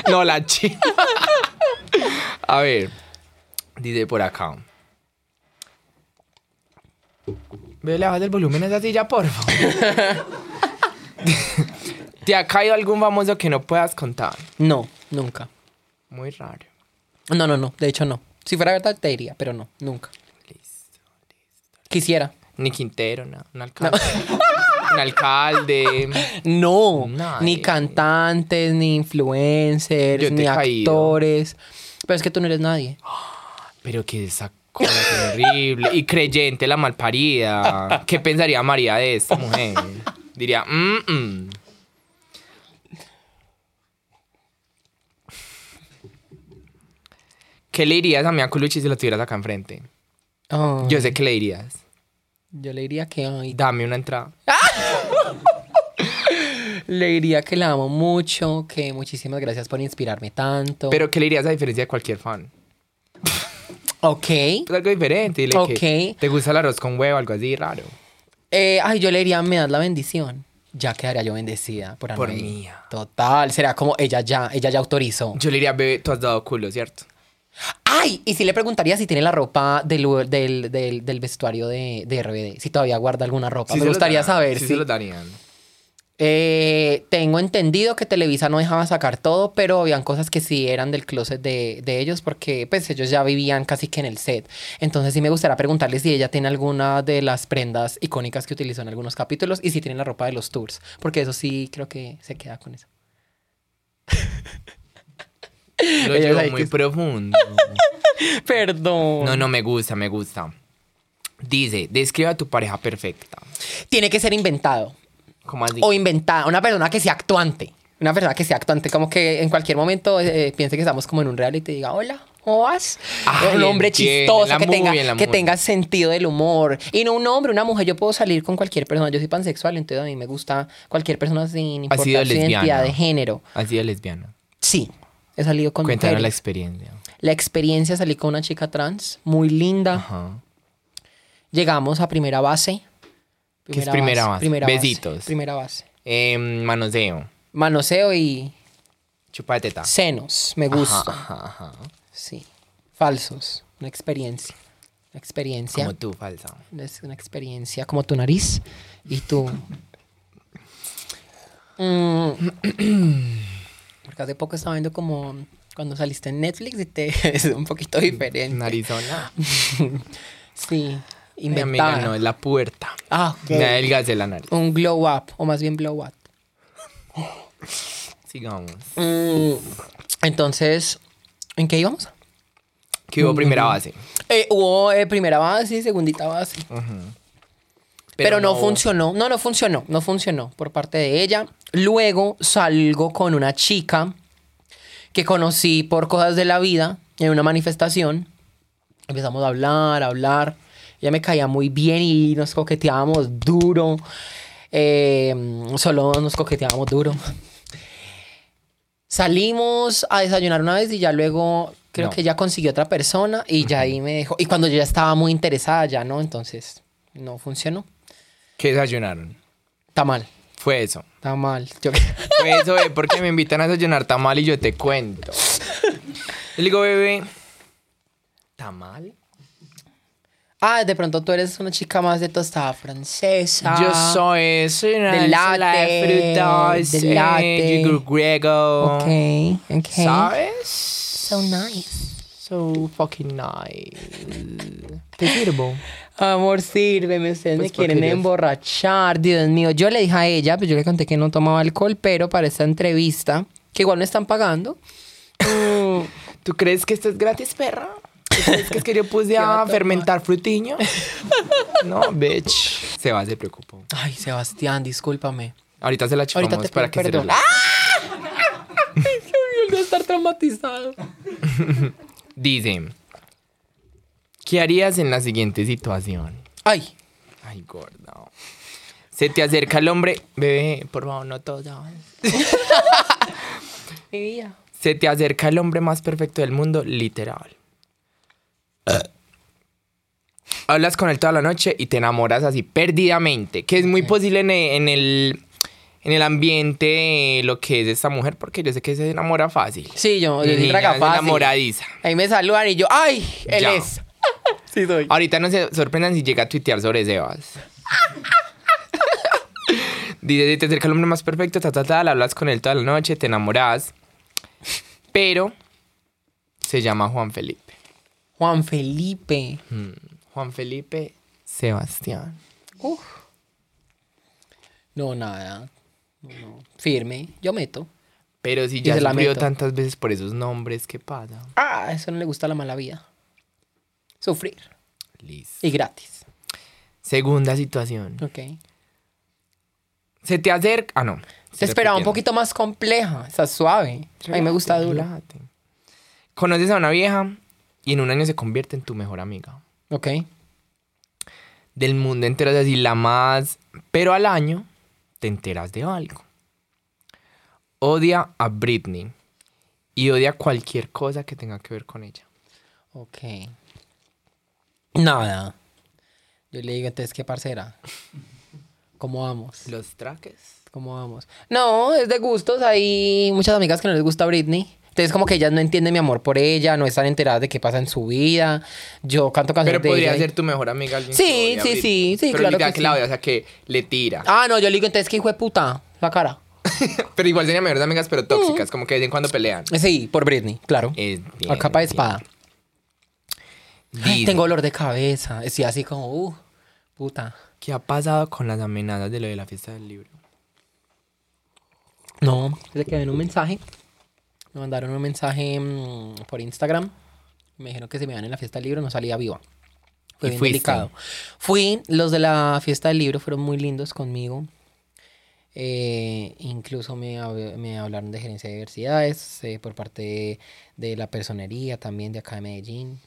No, la chica. A ver. Dice por acá. Ve, le bajas el volumen a esa silla, por favor. ¿Te ha caído algún famoso que no puedas contar? no, nunca. Muy raro. No, no, no, de hecho no. Si fuera verdad te diría, pero no, nunca. Quisiera. Ni Quintero, no. Un alcalde. Un alcalde. No, Nadie. ni cantantes, ni Yo influencers, te ni he caído. Ah. actores. Pero es que tú no eres nadie. Pero que esa cosa tan horrible. Y creyente, la malparida. ¿Qué pensaría María de esta mujer? Diría, mm, mm". ¿Qué le dirías a Mia Colucci si lo tuvieras acá enfrente? Ah, yo, Yo sé que le dirías. le diría que ay, Dame una entrada. le diría que la amo mucho, que muchísimas gracias por inspirarme tanto. Pero ¿qué le dirías a diferencia de cualquier fan? ok. Pues algo diferente. Dile que Ok. te gusta el arroz con huevo, algo así raro. Eh, ay, yo le diría, me das la bendición. Ya quedaría yo bendecida por Por Anaí. mía. Total, será como ella ya, ella ya autorizó. Yo le diría, bebé, tú has dado culo, ¿cierto? Ay, y si le preguntaría si tiene la ropa del, del, del- del vestuario de, de RBD, si todavía guarda alguna ropa. Sí Me se los gustaría darían, saber. sí si se los darían. Eh, tengo entendido que Televisa no dejaba sacar todo, pero habían cosas que sí eran del closet de, de ellos, porque pues ellos ya vivían casi que en el set. Entonces sí me gustaría preguntarle si ella tiene alguna de las prendas icónicas que utilizó en algunos capítulos y si tiene la ropa de los tours, porque eso sí creo que se queda con eso. Lo Ella llevo sabe muy que- profundo. Perdón. No, no, me gusta, me gusta. Dice, describe a tu pareja perfecta. Tiene que ser inventado. ¿Cómo así? o inventada, una persona que sea actuante. Una persona que sea actuante, como que en cualquier momento eh, piense que estamos como en un reality y diga, hola, ¿cómo vas? Eh, Ay, un hombre entiendo, chistoso, la que, muy tenga, bien, la que muy. tenga sentido del humor. Y no un hombre, una mujer, yo puedo salir con cualquier persona. Yo soy pansexual, entonces a mí me gusta cualquier persona sin importar su sido lesbiana. identidad de género. Así de lesbiana. Sí, he salido con Cuéntanos la mujeres. experiencia. La experiencia, salí con una chica trans, muy linda. Ajá. Llegamos a primera base. ¿Qué es primera base? Besitos. primera base. Em, manoseo. Manoseo y Chupa de teta. Senos, me Ajá, gusta. ajá, ajá. Sí. Falsos, una experiencia. Una experiencia. Como tú, falsa. Es una experiencia como tu nariz y tu. Mm. Porque hace poco estaba viendo como cuando saliste en Netflix y te es un poquito diferente. Narizona. Sí, Mi amiga inventada. no, es la puerta. Ah, Me ok. adelgacé la nariz. Un glow up, o más bien blow up. Sigamos. Mm, Entonces, ¿en qué íbamos? Que hubo primera base. Eh, hubo eh, primera base y segundita base. Pero, no, funcionó. No, no funcionó. No funcionó por parte de ella. Luego salgo con una chica que conocí por cosas de la vida en una manifestación. Empezamos a hablar, a hablar. Ella me caía muy bien y nos coqueteábamos duro. Eh, solo nos coqueteábamos duro. Salimos a desayunar una vez y ya luego creo No. que ya consiguió otra persona y ya ahí me dejó. Y cuando yo ya estaba muy interesada, ya no, entonces no funcionó. ¿Qué desayunaron? Está mal, Fue eso. está mal. Yo- Fue eso, bebé, porque me invitan a desayunar tamal y yo te cuento. Le digo, bebé, ¿tamal? Ah, de pronto tú eres una chica más de tostada francesa. Yo soy, soy una de ensalada Ah. latte, de frutas, de eh, latte. yogur griego. Ok, ok. ¿Sabes? So nice. So fucking nice. Te sirvo. Amor, sírveme. Ustedes Pues, me ¿por qué quieren Dios? emborrachar. Dios mío. Yo le dije a ella, pues yo le conté que no tomaba alcohol, pero para esta entrevista, que igual no están pagando. mm, ¿Tú crees que esto es gratis, perra? ¿Tú crees que es que yo puse va a a tomar? fermentar frutiño? No, bitch. Se va, se preocupó. Ay, Sebastián, discúlpame. Ahorita se la chupamos Ahorita te para que pido se perdón. relaje. Yo voy a estar traumatizado. Dice, ¿qué harías en la siguiente situación? Ay, Ay, gorda. Se te acerca el hombre, bebé, por favor, no todas. mi vida. Se te acerca el hombre más perfecto del mundo, literal. Eh. Hablas con él toda la noche y te enamoras así perdidamente, que es muy posible en e- en el, en el ambiente de lo que es esta mujer, porque yo sé que se enamora fácil. Sí, yo, yo soy Niña, traga es fácil. enamoradiza. Ahí me saludan y yo, ¡ay! Él Ya. es. sí, soy. Ahorita no se sorprendan si llega a tuitear sobre Sebas. Dice, si te acerca el hombre más perfecto, ta, ta, tal, hablas con él toda la noche, te enamoras. Pero se llama Juan Felipe. Juan Felipe. Mm, Juan Felipe Sebastián. Uf. No, nada. No, no. Firme. Yo meto. Pero si Y ya se la sufrió meto. tantas veces por esos nombres, ¿qué pasa? Ah, eso no le gusta la mala vida. Sufrir. Liz. Y gratis. Segunda situación. Ok. Se te acerca... Ah, no. Se esperaba un Repitiendo. poquito más compleja. Está suave. A mí me gusta Relájate, dura. relájate. Conoces a una vieja y en un año se convierte en tu mejor amiga. Ok. del mundo entero, es así la más. Pero al año te enteras de algo. Odia a Britney y odia cualquier cosa que tenga que ver con ella. Ok. Nada. Yo le digo, entonces, ¿qué parcera? ¿Cómo vamos? Los traques. ¿Cómo vamos? No, es de gustos. Hay muchas amigas que no les gusta Britney. Entonces, como que ellas no entienden mi amor por ella, no están enteradas de qué pasa en su vida. Yo canto canciones de Pero podría ella y- ser tu mejor amiga alguien Sí, que odie a sí, Britney. sí, sí, Pero claro ni idea que que la sí. odia, o sea, que le tira. Ah, no, yo le digo, entonces, ¿qué hijo de puta? La cara. Pero igual serían mejores amigas, pero Mm. tóxicas, como que de vez en cuando pelean. Eh, Sí, por Britney, claro. Es bien, a capa de bien. espada. Ay, Dice, tengo dolor de cabeza. Estoy así como, uh, puta. ¿Qué ha pasado con las amenazas de lo de la fiesta del libro? No, le quedé en un mensaje. Me mandaron un mensaje mm, por Instagram. Me dijeron que se me iban en la fiesta del libro, no salía viva. Fue ¿Y bien fuiste? delicado. Fui, los de la fiesta del libro fueron muy lindos conmigo. Eh, incluso me, hab- me hablaron de gerencia de diversidades eh, por parte de, de la personería también de acá de Medellín.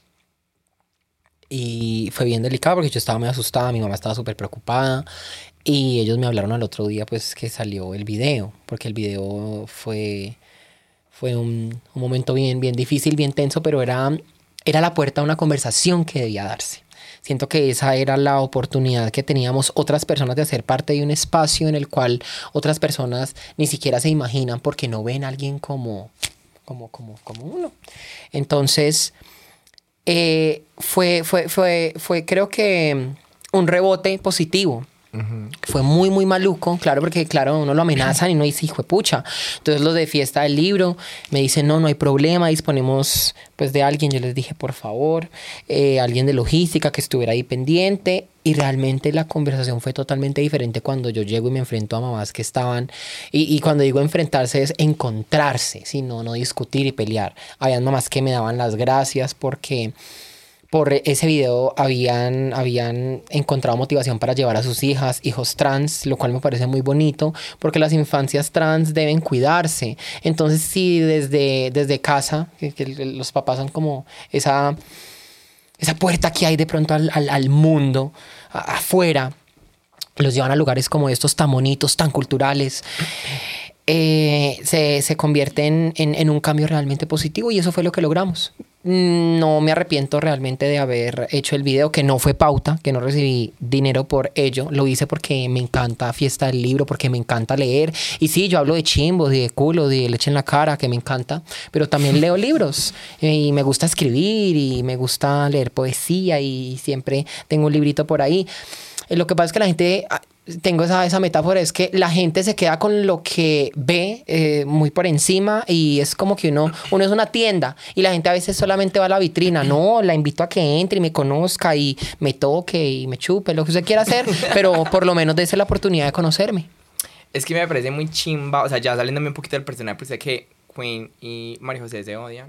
Y fue bien delicado porque yo estaba muy asustada, mi mamá estaba súper preocupada. Y ellos me hablaron al otro día, pues que salió el video, porque el video fue, fue un, un momento bien, bien difícil, bien tenso, pero era, era la puerta a una conversación que debía darse. Siento que esa era la oportunidad que teníamos otras personas de hacer parte de un espacio en el cual otras personas ni siquiera se imaginan porque no ven a alguien como, como, como, como uno. Entonces, eh, fue, fue, fue, fue creo que mm, un rebote positivo. Fue muy, muy maluco, claro, porque claro, a uno lo amenazan y uno dice, hijo de pucha. Entonces los de fiesta del libro me dicen, no, no hay problema, disponemos pues de alguien. Yo les dije, por favor, eh, alguien de logística que estuviera ahí pendiente. Y realmente la conversación fue totalmente diferente cuando yo llego y me enfrento a mamás que estaban, y, y cuando digo enfrentarse es encontrarse, sino no discutir y pelear. Habían mamás que me daban las gracias porque por ese video habían, habían encontrado motivación para llevar a sus hijas, hijos trans, lo cual me parece muy bonito, porque las infancias trans deben cuidarse. Entonces, si desde, desde casa, que, que los papás son como esa, esa puerta que hay de pronto al, al- al mundo, a- afuera, los llevan a lugares como estos tan bonitos, tan culturales, eh, se, se convierte en, en- en un cambio realmente positivo y eso fue lo que logramos. Mm, No me arrepiento realmente de haber hecho el video, que no fue pauta, que no recibí dinero por ello. Lo hice porque me encanta Fiesta del Libro, porque me encanta leer. Y sí, yo hablo de chimbos, de culo, de leche en la cara, que me encanta, pero también leo libros Eh, y me gusta escribir y me gusta leer poesía y siempre tengo un librito por ahí. Eh, Lo que pasa es que la gente, ah, tengo esa, esa metáfora, es que la gente se queda con lo que ve eh, muy por encima y es como que uno, uno es una tienda y la gente a veces solamente va a la vitrina. No, la invito a que entre y me conozca y me toque y me chupe, lo que usted quiera hacer, pero por lo menos dése la oportunidad de conocerme. Es que me parece muy chimba, o sea, ya saliéndome un poquito del personaje, porque sé que Queen y María José se odian.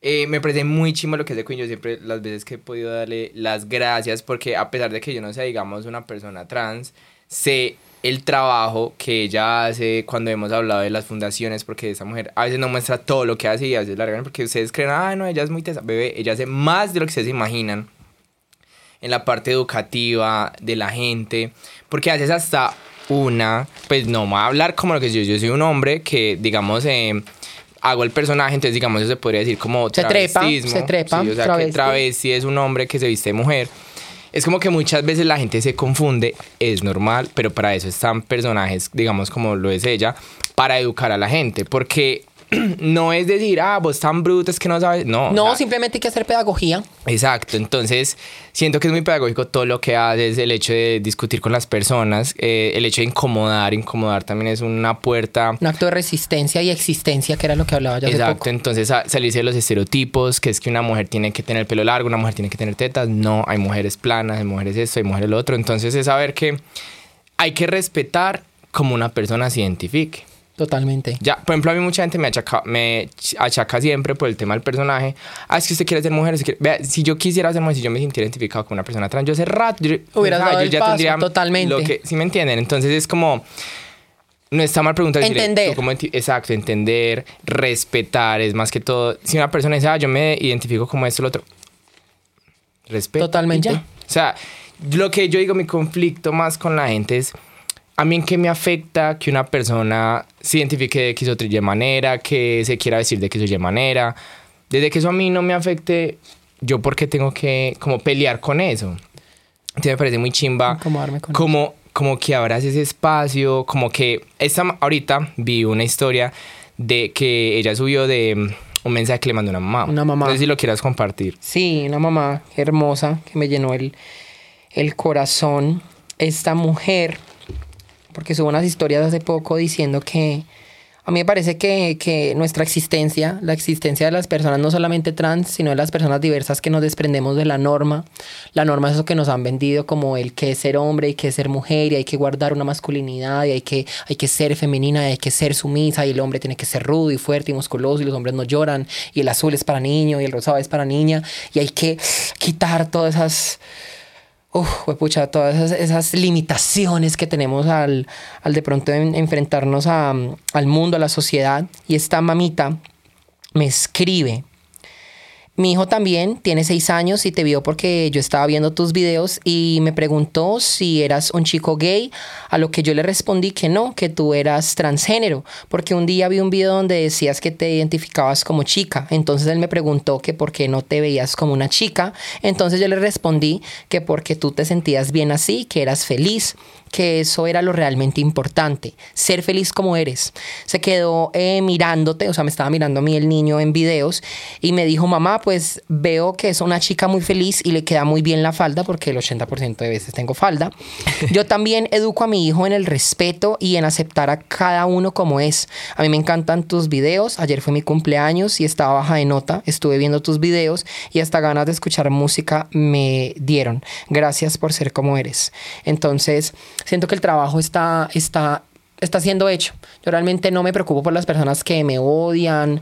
Eh, me parece muy chimba lo que es de Queen. Yo siempre, las veces que he podido darle las gracias, porque a pesar de que yo no sea, digamos, una persona trans, sé el trabajo que ella hace cuando hemos hablado de las fundaciones, porque esa mujer a veces no muestra todo lo que hace y a veces la regañan, porque ustedes creen, ah, no, ella es muy tesa. Bebé, ella hace más de lo que ustedes se imaginan en la parte educativa de la gente, porque haces hasta una, pues no me voy a hablar como lo que yo, yo soy un hombre que, digamos, eh, hago el personaje, entonces, digamos, eso se podría decir como Se trepa, travestismo, se trepa, sí, o sea, travesti. que travesti es un hombre que se viste de mujer. Es como que muchas veces la gente se confunde, es normal, pero para eso están personajes, digamos, como lo es ella, para educar a la gente, porque no es decir, ah, vos tan bruto, es que no sabes, no. o No, sea, simplemente hay que hacer pedagogía. Exacto, entonces siento que es muy pedagógico todo lo que haces, el hecho de discutir con las personas, eh, el hecho de incomodar, incomodar también es una puerta. Un acto de resistencia y existencia, que era lo que hablaba yo hace Exacto, poco. entonces a- salirse de los estereotipos, que es que una mujer tiene que tener pelo largo, una mujer tiene que tener tetas, no, hay mujeres planas, hay mujeres esto, hay mujeres lo otro, entonces es saber que hay que respetar como una persona se identifique. Totalmente. Ya, por ejemplo, a mí mucha gente me achaca, me ch- achaca siempre por el tema del personaje. Ah, es que usted quiere ser mujer. usted quiere- Vea, si yo quisiera ser mujer, si yo me sintiera identificado con una persona trans, yo hace rato. Yo, Hubieras ah, dado yo el paso, totalmente. Lo que, ¿Sí me entienden? Entonces es como. No está mal preguntar. decirle, Entender. ¿tú cómo enti- exacto, entender, respetar, es más que todo. Si una persona dice, ah, yo me identifico como esto, lo otro. Respeto. Totalmente. y ya. O sea, lo que yo digo, mi conflicto más con la gente es, a mí en qué me afecta que una persona se identifique de X o Y manera, que se quiera decir de X o Y manera. Desde que eso a mí no me afecte, yo porque tengo que como pelear con eso. Entonces me parece muy chimba. Incomodarme con como, como que abras ese espacio, como que... Esta, ma- ahorita vi una historia de que ella subió de mm, un mensaje que le mandó una mamá. Una mamá. No sé si lo quieras compartir. Sí, una mamá hermosa que me llenó el, el corazón. Esta mujer, porque subo unas historias hace poco diciendo que a mí me parece que, que nuestra existencia, la existencia de las personas no solamente trans, sino de las personas diversas que nos desprendemos de la norma. La norma es eso que nos han vendido como el que es ser hombre y que es ser mujer y hay que guardar una masculinidad y hay que, hay que ser femenina y hay que ser sumisa y el hombre tiene que ser rudo y fuerte y musculoso y los hombres no lloran y el azul es para niño y el rosado es para niña y hay que quitar todas esas... Uf, pucha, todas esas, esas limitaciones que tenemos al, al de pronto en- enfrentarnos a, mm, al mundo, a la sociedad. Y esta mamita me escribe. Mi hijo también tiene seis años y te vio porque yo estaba viendo tus videos y me preguntó si eras un chico gay, a lo que yo le respondí que no, que tú eras transgénero, porque un día vi un video donde decías que te identificabas como chica, entonces él me preguntó que por qué no te veías como una chica, entonces yo le respondí que porque tú te sentías bien así, que eras feliz, que eso era lo realmente importante, ser feliz como eres. Se quedó eh, mirándote, o sea, me estaba mirando a mí el niño en videos y me dijo, mamá, pues veo que es una chica muy feliz y le queda muy bien la falda, porque el 80% de veces tengo falda. Yo también educo a mi hijo en el respeto y en aceptar a cada uno como es. A mí me encantan tus videos, ayer fue mi cumpleaños y estaba baja de nota, estuve viendo tus videos y hasta ganas de escuchar música me dieron. Gracias por ser como eres. Entonces, siento que el trabajo está, está, está siendo hecho. Yo realmente no me preocupo por las personas que me odian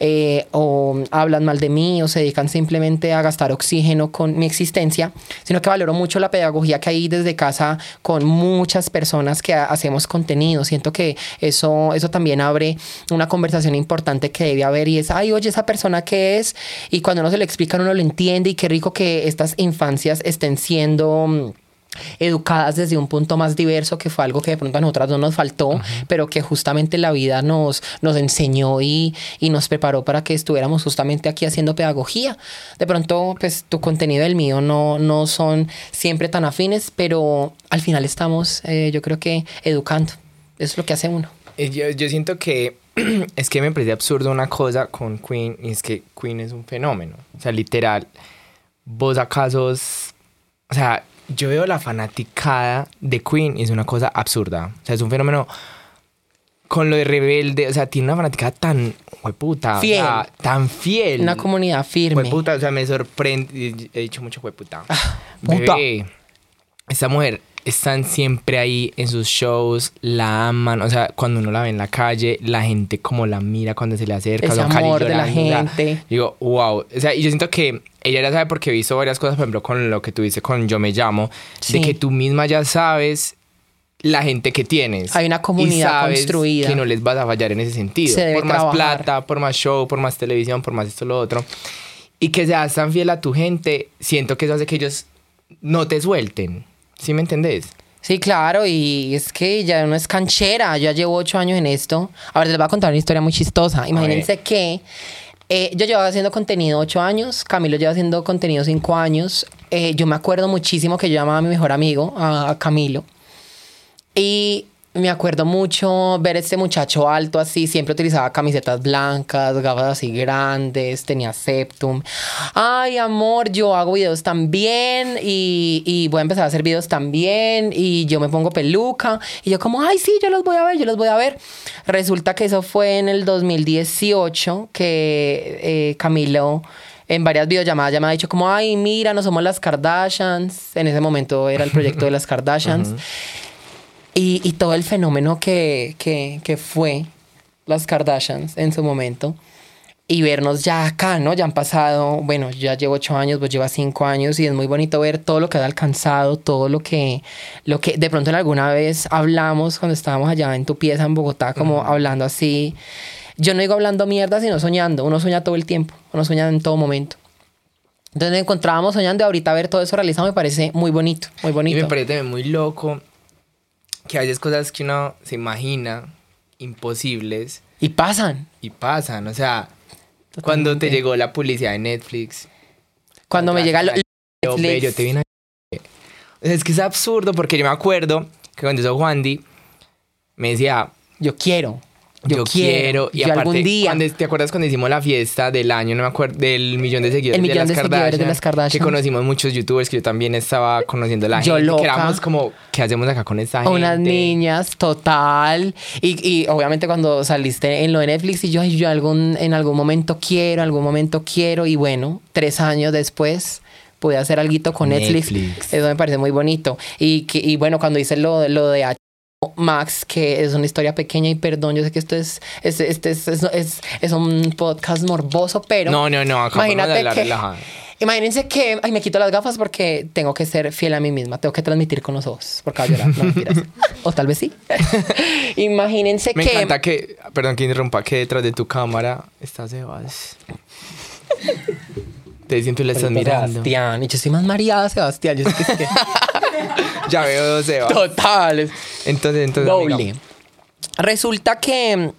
eh, o hablan mal de mí o se dedican simplemente a gastar oxígeno con mi existencia, sino que valoro mucho la pedagogía que hay desde casa con muchas personas que ha- hacemos contenido. Siento que eso, eso también abre una conversación importante que debe haber y es, ay, oye, esa persona que es, y cuando uno se lo explica uno lo entiende y qué rico que estas infancias estén siendo... mm, educadas desde un punto más diverso, que fue algo que de pronto a nosotras no nos faltó, pero que justamente la vida nos, nos enseñó y, y nos preparó para que estuviéramos justamente aquí haciendo pedagogía. De pronto, pues tu contenido y el mío no, no son siempre tan afines, pero al final estamos, eh, yo creo que educando. Eso es lo que hace uno. Eh, Yo, yo siento que es que me parece absurdo una cosa con Queen y es que Queen es un fenómeno. O sea, literal, vos acaso... es- O sea, yo veo la fanaticada de Queen y es una cosa absurda. O sea, es un fenómeno con lo de rebelde. O sea, tiene una fanaticada tan... Hueputa, o Fiel. sea, tan fiel. Una comunidad firme. Hueputa, o sea, me sorprende. He dicho mucho hueputa. Ah. puta. Bebé, esta mujer están siempre ahí en sus shows, la aman, o sea, cuando uno la ve en la calle, la gente como la mira cuando se le acerca, Ese o sea, casi amor de la llorando, o sea, gente. digo, wow, o sea, y yo siento que ella ya sabe porque he visto varias cosas, por ejemplo, con lo que tú dices con Yo me llamo, Sí. de que tú misma ya sabes la gente que tienes. Hay una comunidad y sabes construida. que no les vas a fallar en ese sentido. Se debe por más trabajar. plata, por más show, por más televisión, por más esto, lo otro. Y que seas tan fiel a tu gente, siento que eso hace que ellos no te suelten. ¿Sí me entendés? Sí, claro, y es que ya no es canchera, yo ya llevo ocho años en esto. A ver, les voy a contar una historia muy chistosa. Imagínense que eh, yo llevaba haciendo contenido ocho años, Camilo lleva haciendo contenido cinco años. Eh, yo me acuerdo muchísimo que yo llamaba a mi mejor amigo, a- a Camilo, y me acuerdo mucho ver este muchacho alto así, siempre utilizaba camisetas blancas, gafas así grandes, tenía septum. Ay, amor, yo hago videos también y, y voy a empezar a hacer videos también y yo me pongo peluca y yo como, ay, sí, yo los voy a ver, yo los voy a ver. Resulta que eso fue en el 2018 que eh, Camilo en varias videollamadas ya me ha dicho como, ay, mira, no somos las Kardashians. En ese momento era el proyecto de las Kardashians. Y, y todo el fenómeno que, que, que fue las Kardashians en su momento. Y vernos ya acá, ¿no? Ya han pasado, bueno, yo ya llevo ocho años, vos llevas cinco años y es muy bonito ver todo lo que has alcanzado, todo lo que, lo que de pronto en alguna vez hablamos cuando estábamos allá en tu pieza en Bogotá, como hablando así. Yo no digo hablando mierda, sino soñando. Uno sueña todo el tiempo, uno sueña en todo momento. Entonces nos encontrábamos soñando y ahorita ver todo eso realizado me parece muy bonito, muy bonito. Y me parece también muy loco que hay cosas que uno se imagina imposibles y pasan. y pasan. O sea, cuando te llegó la publicidad de Netflix. Cuando me llega lo- Yo, ve, Netflix. yo te vi en la- O sea, Es que es absurdo porque yo me acuerdo que cuando hizo Juan me decía, yo quiero. Yo, quiero. Y yo aparte, algún día. cuando- ¿te acuerdas cuando hicimos la fiesta del año? No me acuerdo, del millón de seguidores. El millón de seguidores de las Kardashian. Que conocimos muchos youtubers que yo también estaba conociendo a la Yo gente. loca. Que éramos como, ¿qué hacemos acá con esta a gente? unas niñas, total. Y, y obviamente cuando saliste en lo de Netflix y yo, ay, yo algún, en algún momento quiero, algún momento quiero. Y bueno, tres años después pude hacer algo con Netflix. Netflix. Eso me parece muy bonito. Y, que- y bueno, cuando hice lo, lo de H. Max, que es una historia pequeña y perdón, yo sé que esto es, es, este es, es, es- es un podcast morboso, pero... No, no, no, acá vamos a Imagínate hablar que, relajado. Imagínense que, ay, me quito las gafas porque tengo que ser fiel a mí misma, tengo que transmitir con los ojos, porque voy a llorar, no mentiras. O tal vez sí. Imagínense Me que, encanta que, perdón que interrumpa, que detrás de tu cámara está Sebas. Te siento y la estás mirando. Sebastián, y yo soy más mareada, Sebastián, yo sé que es que- Ya veo Sebas. total, Entonces, entonces. doble. amiga, Resulta que mm,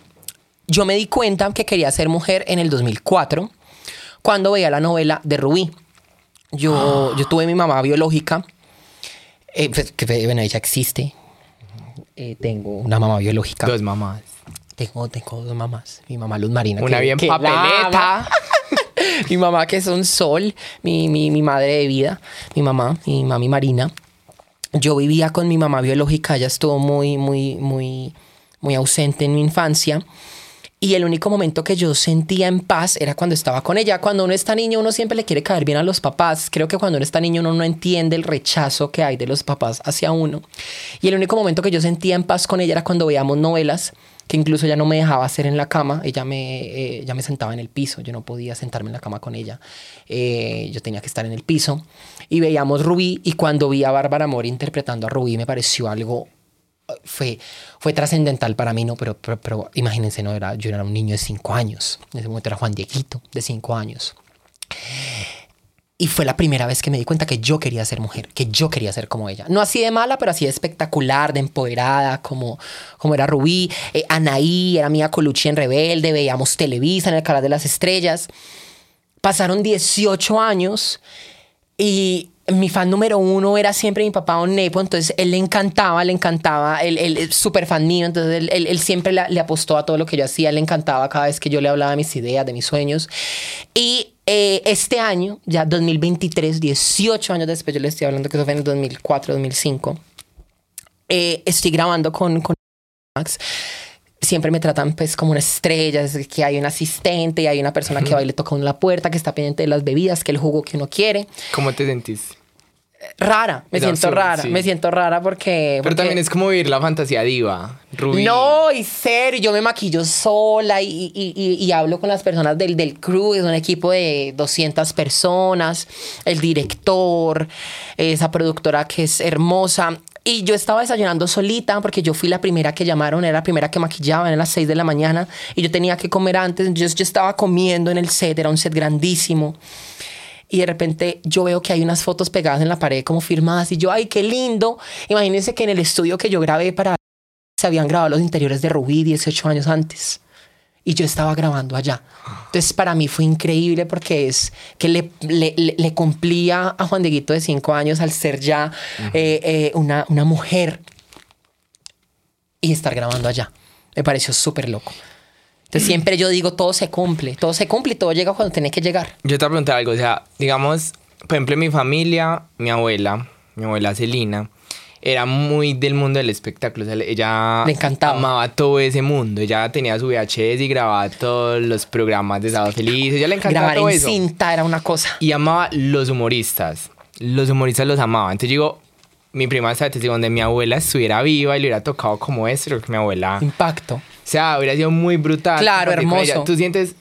yo me di cuenta que quería ser mujer en el 2004 cuando veía la novela de Rubí. Yo, yo tuve mi mamá biológica, eh, pues, que bueno, ella existe. Eh, tengo una mamá biológica. Dos mamás. Tengo, tengo dos mamás. Mi mamá Luz Marina. Una que- bien que la papeleta. ama. mi mamá que es un sol. Mi, mi, mi madre de vida. Mi mamá, mi mami Marina. Yo vivía con mi mamá biológica. Ella estuvo muy, muy, muy, muy ausente en mi infancia. Y el único momento que yo sentía en paz era cuando estaba con ella. Cuando uno está niño, uno siempre le quiere caer bien a los papás. Creo que cuando uno está niño, uno no entiende el rechazo que hay de los papás hacia uno. Y el único momento que yo sentía en paz con ella era cuando veíamos novelas, que incluso ella no me dejaba hacer en la cama. Ella me, eh, ella me sentaba en el piso. Yo no podía sentarme en la cama con ella. Eh, yo tenía que estar en el piso. Y veíamos Rubí. Y cuando vi a Bárbara Mori interpretando a Rubí, me pareció algo fue, fue trascendental para mí, ¿no? Pero, pero, pero imagínense, ¿no? Era, yo era un niño de cinco años. En ese momento era Juan Dieguito, de cinco años. Y fue la primera vez que me di cuenta que yo quería ser mujer, que yo quería ser como ella. No así de mala, pero así de espectacular, de empoderada, como, como era Rubí. Eh, Anaí era mía Colucci en Rebelde, veíamos Televisa en el Canal de las Estrellas. Pasaron 18 años y mi fan número uno era siempre mi papá Don Nepo, entonces él le encantaba, le encantaba, él, él es súper fan mío, entonces él, él- él siempre la- le apostó a todo lo que yo hacía, le encantaba cada vez que yo le hablaba de mis ideas, de mis sueños. Y eh, este año, ya 2023, 18 años después, yo le estoy hablando que eso fue en el 2004, 2005, eh, estoy grabando con, con Max. Siempre me tratan pues como una estrella, es que hay un asistente y hay una persona que va y le toca a uno la puerta, que está pendiente de las bebidas, que el jugo que uno quiere ¿Cómo te sentís? rara, me Es siento absurdo, rara, sí. me siento rara porque... Pero porque- también es como vivir la fantasía diva. Rubí. No, y serio, yo me maquillo sola y, y- y- y hablo con las personas del, del crew, es un equipo de 200 personas, el director, esa productora que es hermosa. Y yo estaba desayunando solita porque yo fui la primera que llamaron, era la primera que maquillaban, a las 6 de la mañana y yo tenía que comer antes, yo, yo estaba comiendo en el set, era un set grandísimo. y de repente yo veo que hay unas fotos pegadas en la pared como firmadas y yo, ay, qué lindo. Imagínense que en el estudio que yo grabé para se habían grabado los interiores de Rubí 18 años antes y yo estaba grabando allá. Entonces para mí fue increíble porque es que le, le- le- le cumplía a Juan Dieguito de 5 años al ser ya eh, eh, una, una mujer y estar grabando allá. Me pareció súper loco. Mm. Entonces siempre yo digo, todo se cumple, todo se cumple y todo llega cuando tiene que llegar. Yo te voy a preguntar algo, o sea, digamos, por ejemplo, en mi familia, mi abuela, mi abuela Celina, era muy del mundo del espectáculo, o sea, le- ella Le encantaba. amaba todo ese mundo, ella tenía su VHS y grababa todos los programas de Sábado Feliz, ella le encantaba grabar todo en eso. cinta era una cosa. Y amaba los humoristas, los humoristas los amaba, entonces yo digo, mi prima está testigo donde mi abuela estuviera viva y le hubiera tocado como eso, creo que mi abuela... Impacto. O sea, hubiera sido muy brutal. Claro, compartir con hermoso. ella. Tú sientes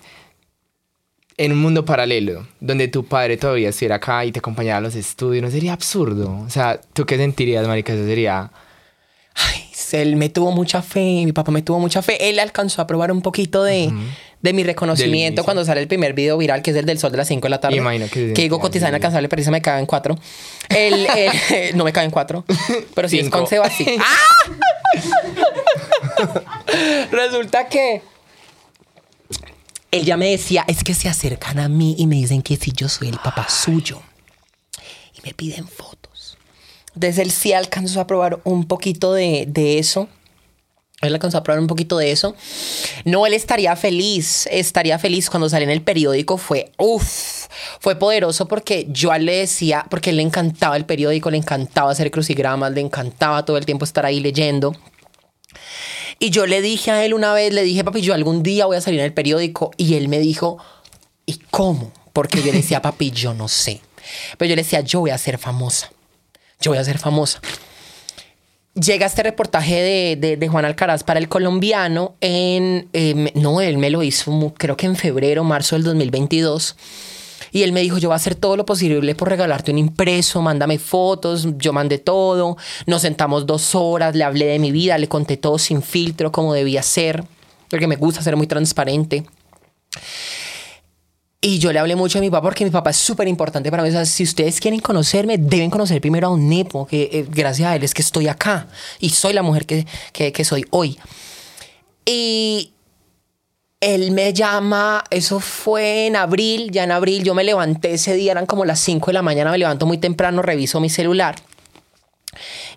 en un mundo paralelo, donde tu padre todavía estuviera acá y te acompañara a los estudios, ¿no sería absurdo? O sea, ¿tú qué sentirías, marica? Eso sería... Ay, él me tuvo mucha fe, mi papá me tuvo mucha fe. Él alcanzó a probar un poquito de, de mi Del reconocimiento inicio. cuando sale el primer video viral, que es el del sol de las 5 de la tarde. Me imagino que se Que digo sentía cotizar así. alcanzable, pero me caga en cuatro. Él, eh, no me caga en cuatro, pero si es Cinco. con Sebastián. ¡Ah! Resulta que él ya me decía, es que se acercan a mí y me dicen que si yo soy el papá suyo. Y me piden fotos. Entonces él sí alcanzó a probar un poquito de, de eso. Él alcanzó a probar un poquito de eso. No, él estaría feliz, estaría feliz cuando salió en el periódico, fue, uff, fue poderoso porque yo a él le decía, porque a él le encantaba el periódico, le encantaba hacer crucigramas, le encantaba todo el tiempo estar ahí leyendo. Y yo le dije a él una vez, le dije, papi, yo algún día voy a salir en el periódico. Y él me dijo, ¿y cómo? Porque yo le decía, papi, yo no sé. Pero yo le decía, yo voy a ser famosa. Yo voy a ser famosa. Llega este reportaje de, de- de Juan Alcaraz para el colombiano en... em, no, él me lo hizo mu- creo que en febrero, marzo del 2022. Y él me dijo, yo voy a hacer todo lo posible por regalarte un impreso, mándame fotos, yo mandé todo, nos sentamos dos horas, le hablé de mi vida, le conté todo sin filtro, como debía ser, porque me gusta ser muy transparente. Y yo le hablé mucho a mi papá porque mi papá es súper importante para mí. O sea, si ustedes quieren conocerme, deben conocer primero a un Nepo, que eh, gracias a él es que estoy acá y soy la mujer que, que- que soy hoy. Y él me llama, eso fue en abril, ya en abril yo me levanté ese día, eran como las 5 de la mañana, me levanto muy temprano, reviso mi celular.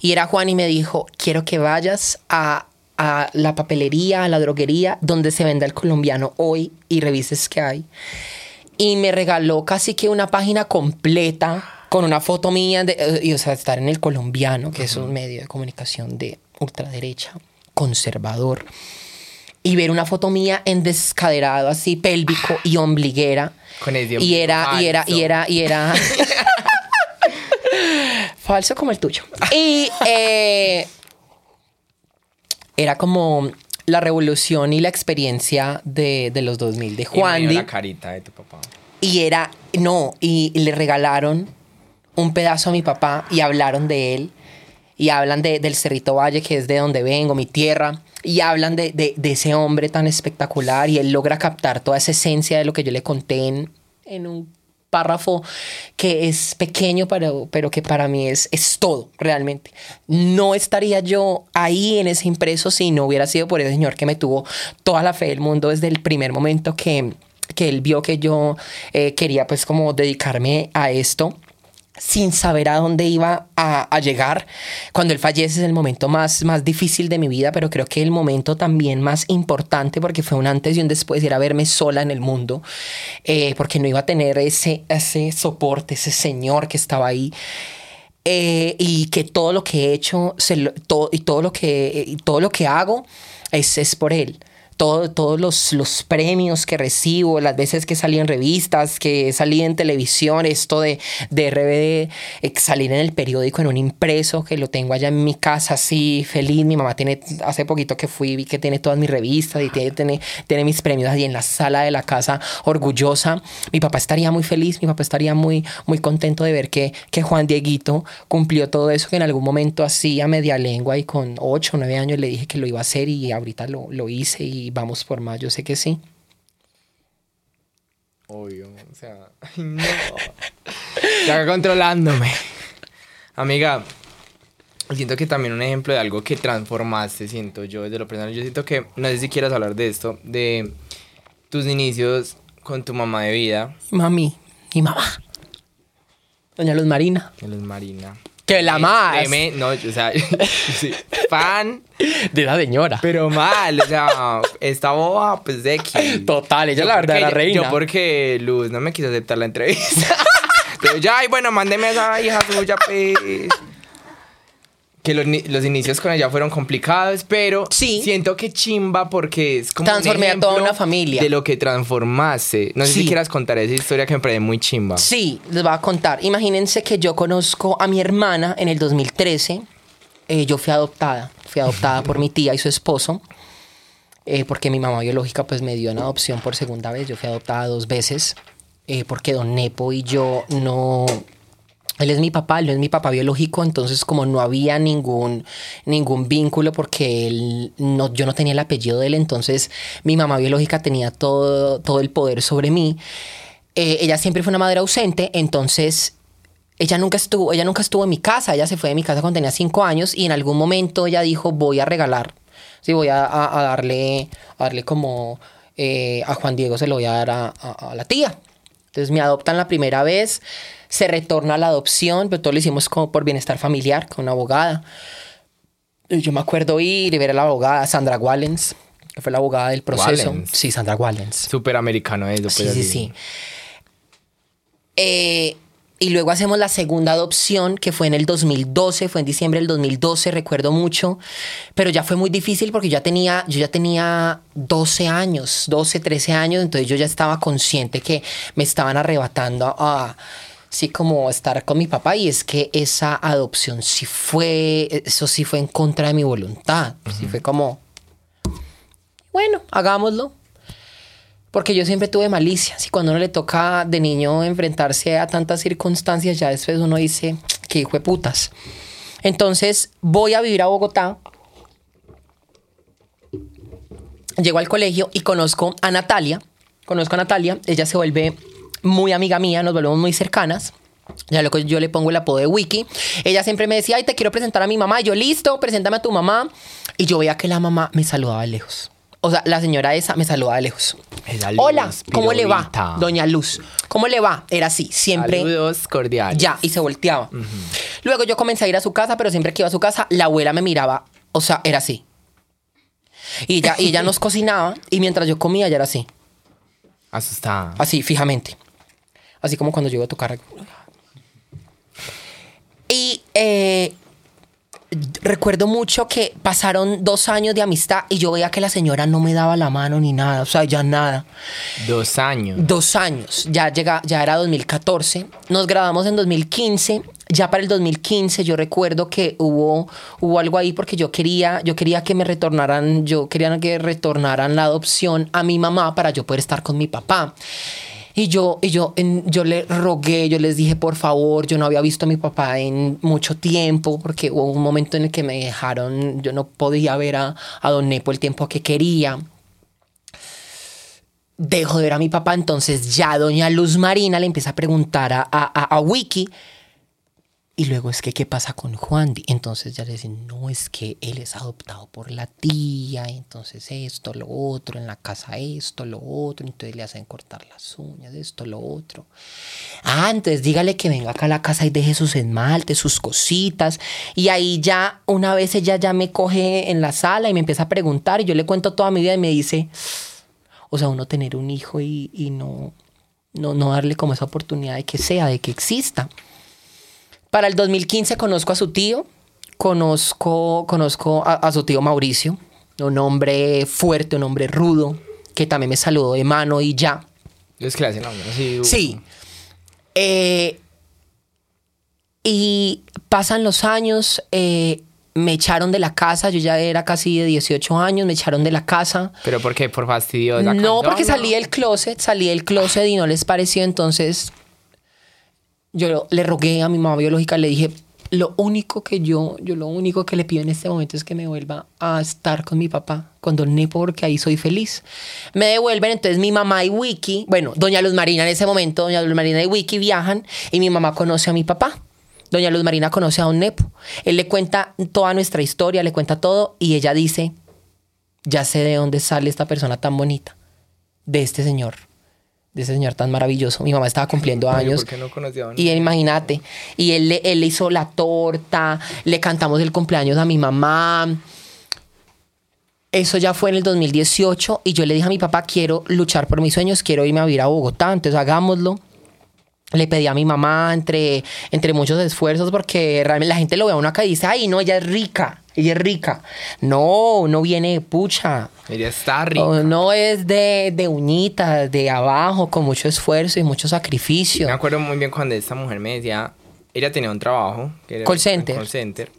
Y era Juan y me dijo, quiero que vayas a, a la papelería, a la droguería, donde se venda el colombiano hoy y revises qué hay y me regaló casi que una página completa con una foto mía de, eh, y o sea estar en el colombiano que es un medio de comunicación de ultraderecha conservador y ver una foto mía en descaderado así pélvico y ombliguera Con ese y era y era y ombligo era y era falso como el tuyo y eh, era como la revolución y la experiencia de, de los 2000 de Y me Juan dio la carita de tu papá. y era, no, y le regalaron un pedazo a mi papá y hablaron de él. Y hablan de- del Cerrito Valle, que es de donde vengo, mi tierra. Y hablan de, de- de ese hombre tan espectacular. Y él logra captar toda esa esencia de lo que yo le conté en, en un párrafo que es pequeño, pero, pero que para mí es, es todo, realmente. No estaría yo ahí en ese impreso si no hubiera sido por ese señor que me tuvo toda la fe del mundo desde el primer momento que, que él vio que yo eh, quería pues como dedicarme a esto sin saber a dónde iba a, a llegar. Cuando él fallece es el momento más, más difícil de mi vida, pero creo que el momento también más importante, porque fue un antes y un después, era verme sola en el mundo, eh, porque no iba a tener ese, ese soporte, ese señor que estaba ahí. Eh, y que todo lo que he hecho se lo- todo, y todo lo que y todo lo que hago es, es por él. Todo- todos los, los premios que recibo, las veces que salí en revistas, que salí en televisión, esto de, de RBD, eh, salir en el periódico en un impreso que lo tengo allá en mi casa así feliz. Mi mamá tiene, hace poquito que fui, vi que tiene todas mis revistas y tiene, tiene, tiene mis premios allí en la sala de la casa, orgullosa. Mi papá estaría muy feliz, mi papá estaría muy, muy contento de ver que, que Juan Dieguito cumplió todo eso que en algún momento hacía media lengua y con 8 o 9 años le dije que lo iba a hacer y ahorita lo, lo hice y vamos por más, yo sé que sí. Obvio, o sea, ay, no. Ya controlándome. Amiga, siento que también un ejemplo de algo que transformaste, siento yo desde lo personal. Yo siento que, no sé si quieras hablar de esto, de tus inicios con tu mamá de vida, Mami y mamá. Doña Luz Marina. que los Marina. Que la más. Treme- no, o sea, sí, fan, De la señora. pero mal, o sea, esta boba, pues de X. Total, ella es Yo la porque- verdadera reina. Yo porque Luz no me quiso aceptar la entrevista. Pero ya, ay, bueno, mándeme a esa hija suya, pues. Que los, ni- los inicios con ella fueron complicados, pero Sí. siento que chimba porque es como Transformé a un ejemplo toda una familia. de lo que transformaste. No sé Sí. si quieras contar esa historia que me parece muy chimba. Sí, les voy a contar. Imagínense que yo conozco a mi hermana en el 2013. Eh, yo fui adoptada. Fui adoptada por mi tía y su esposo. eh, porque mi mamá biológica pues me dio en adopción por segunda vez. Yo fui adoptada dos veces. eh, porque don Nepo y yo no... Él es mi papá, él no es mi papá biológico, entonces como no había ningún, ningún vínculo porque él no, yo no tenía el apellido de él, entonces mi mamá biológica tenía todo, todo el poder sobre mí eh, ella siempre fue una madre ausente, entonces ella nunca estuvo, ella nunca estuvo en mi casa, ella se fue de mi casa cuando tenía cinco años y en algún momento ella dijo voy a regalar, sí, voy a, a- a darle, a darle como eh, a Juan Diego se lo voy a dar a, a- a la tía. Entonces me adoptan la primera vez, se retorna la adopción, pero todo lo hicimos como por bienestar familiar con una abogada. Y Yo me acuerdo ir y ver a la abogada Sandra Wallens, que fue la abogada del proceso. Wallens. Sí, Sandra Wallens. Súper americano eso. Sí, pues, sí, así. sí. Eh, y luego hacemos la segunda adopción, que fue en el 2012, fue en diciembre del 2012, recuerdo mucho, pero ya fue muy difícil porque yo ya tenía, yo ya tenía 12 años, 12, 13 años, entonces yo ya estaba consciente que me estaban arrebatando a... a- Sí, como estar con mi papá y es que esa adopción sí fue, eso sí fue en contra de mi voluntad, sí fue como, bueno, hagámoslo, porque yo siempre tuve malicia. Si cuando uno le toca de niño enfrentarse a tantas circunstancias, ya después uno dice, qué hijo de putas. Entonces voy a vivir a Bogotá. Llego al colegio y conozco a Natalia. Conozco a Natalia. Ella se vuelve muy amiga mía, nos volvemos muy cercanas. Ya lo que yo le pongo el apodo de Wiki. Ella siempre me decía, ay, te quiero presentar a mi mamá. Y yo, listo, preséntame a tu mamá. Y yo veía que la mamá me saludaba de lejos. O sea, la señora esa me saludaba de lejos. Esa luz, Hola, ¿cómo le va? pirulita. Doña Luz, ¿cómo le va? Era así, siempre. Saludos cordiales. Ya, y se volteaba. Luego yo comencé a ir a su casa, pero siempre que iba a su casa, la abuela me miraba. O sea, era así. Y ya, y ella nos cocinaba, y mientras yo comía, ya era así. Asustada. Así, fijamente. Así como cuando llego a tocar. Y eh, recuerdo mucho que pasaron dos años de amistad y yo veía que la señora no me daba la mano ni nada, o sea, ya nada. Dos años. Dos años, ya, llega, ya era 2014, nos grabamos en 2015, ya para el 2015 yo recuerdo que hubo, hubo algo ahí porque yo quería, yo quería que me retornaran, yo quería que retornaran la adopción a mi mamá para yo poder estar con mi papá. Y yo, y yo, en- yo le rogué, yo les dije, por favor, yo no había visto a mi papá en mucho tiempo, porque hubo un momento en el que me dejaron, yo no podía ver a, a Don Nepo el tiempo que quería dejo de ver a mi papá, entonces ya doña Luz Marina le empieza a preguntar a, a- a- a Wiki. Y luego es que, ¿qué pasa con Juan? Entonces ya le dicen, no, es que él es adoptado por la tía, entonces esto, lo otro, en la casa esto, lo otro, entonces le hacen cortar las uñas, esto, lo otro. Ah, entonces dígale que venga acá a la casa y deje sus esmaltes, sus cositas. Y ahí ya, una vez ella ya me coge en la sala y me empieza a preguntar y yo le cuento toda mi vida y me dice, o sea, uno tener un hijo y, y no, no, no darle como esa oportunidad de que sea, de que exista. Para el 2015 conozco a su tío, conozco, conozco a, a su tío Mauricio, un hombre fuerte, un hombre rudo, que también me saludó de mano y ya. Los que le hacen a uno así, uh, Sí. Eh, y pasan los años, eh, me echaron de la casa, yo ya era casi de 18 años, me echaron de la casa. ¿Pero por qué? ¿Por fastidiosa? No, porque salí el del closet, salí del closet y no les pareció, entonces yo le rogué a mi mamá biológica, le dije, lo único que yo, yo lo único que le pido en este momento es que me vuelva a estar con mi papá, con Don Nepo, porque ahí soy feliz. Me devuelven, entonces mi mamá y Wiki, bueno, Doña Luz Marina en ese momento, Doña Luz Marina y Wiki viajan y mi mamá conoce a mi papá. Doña Luz Marina conoce a Don Nepo. Él le cuenta toda nuestra historia, le cuenta todo y ella dice, ya sé de dónde sale esta persona tan bonita, de este señor, de ese señor tan maravilloso. Mi mamá estaba cumpliendo años. ¿Por qué no conocía a uno? Y él, imagínate, y él, le- él le hizo la torta, le cantamos el cumpleaños a mi mamá. Eso ya fue en el 2018 y yo le dije a mi papá, quiero luchar por mis sueños, quiero irme a vivir a Bogotá, entonces hagámoslo. Le pedí a mi mamá entre, entre muchos esfuerzos porque realmente la gente lo ve a uno acá y dice, ay, no, ella es rica, ella es rica. No, no viene de pucha. Ella está rica. Oh, No es de, de uñitas, de abajo, con mucho esfuerzo y mucho sacrificio. Me acuerdo muy bien cuando esta mujer me decía, ella tenía un trabajo. Que era Call center. Call center.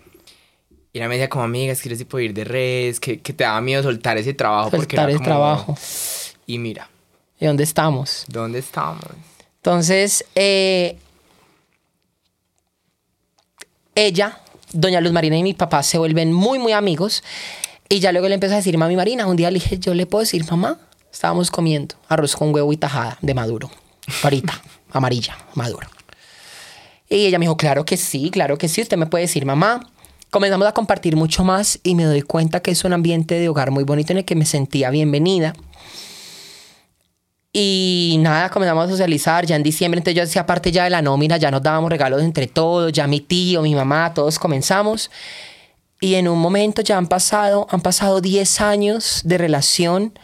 Y ella me decía como, amiga, es que yo sí puedo ir de redes, que, que te daba miedo soltar ese trabajo. porque Soltar era el como- trabajo. Y mira, ¿Y dónde estamos? ¿dónde estamos? Entonces, eh, ella, doña Luz Marina y mi papá se vuelven muy, muy amigos. Y ya luego le empezó a decir mami Marina. Un día le dije, yo le puedo decir mamá. Estábamos comiendo arroz con huevo y tajada de maduro. Ahorita, amarilla, maduro. Y ella me dijo, claro que sí, claro que sí, usted me puede decir mamá. Comenzamos a compartir mucho más y me doy cuenta que es un ambiente de hogar muy bonito en el que me sentía bienvenida. Y nada, comenzamos a socializar ya en diciembre. Entonces yo hacía parte ya de la nómina, ya nos dábamos regalos entre todos, ya mi tío, mi mamá, todos comenzamos. y en un momento ya han pasado, han pasado 10 años de relación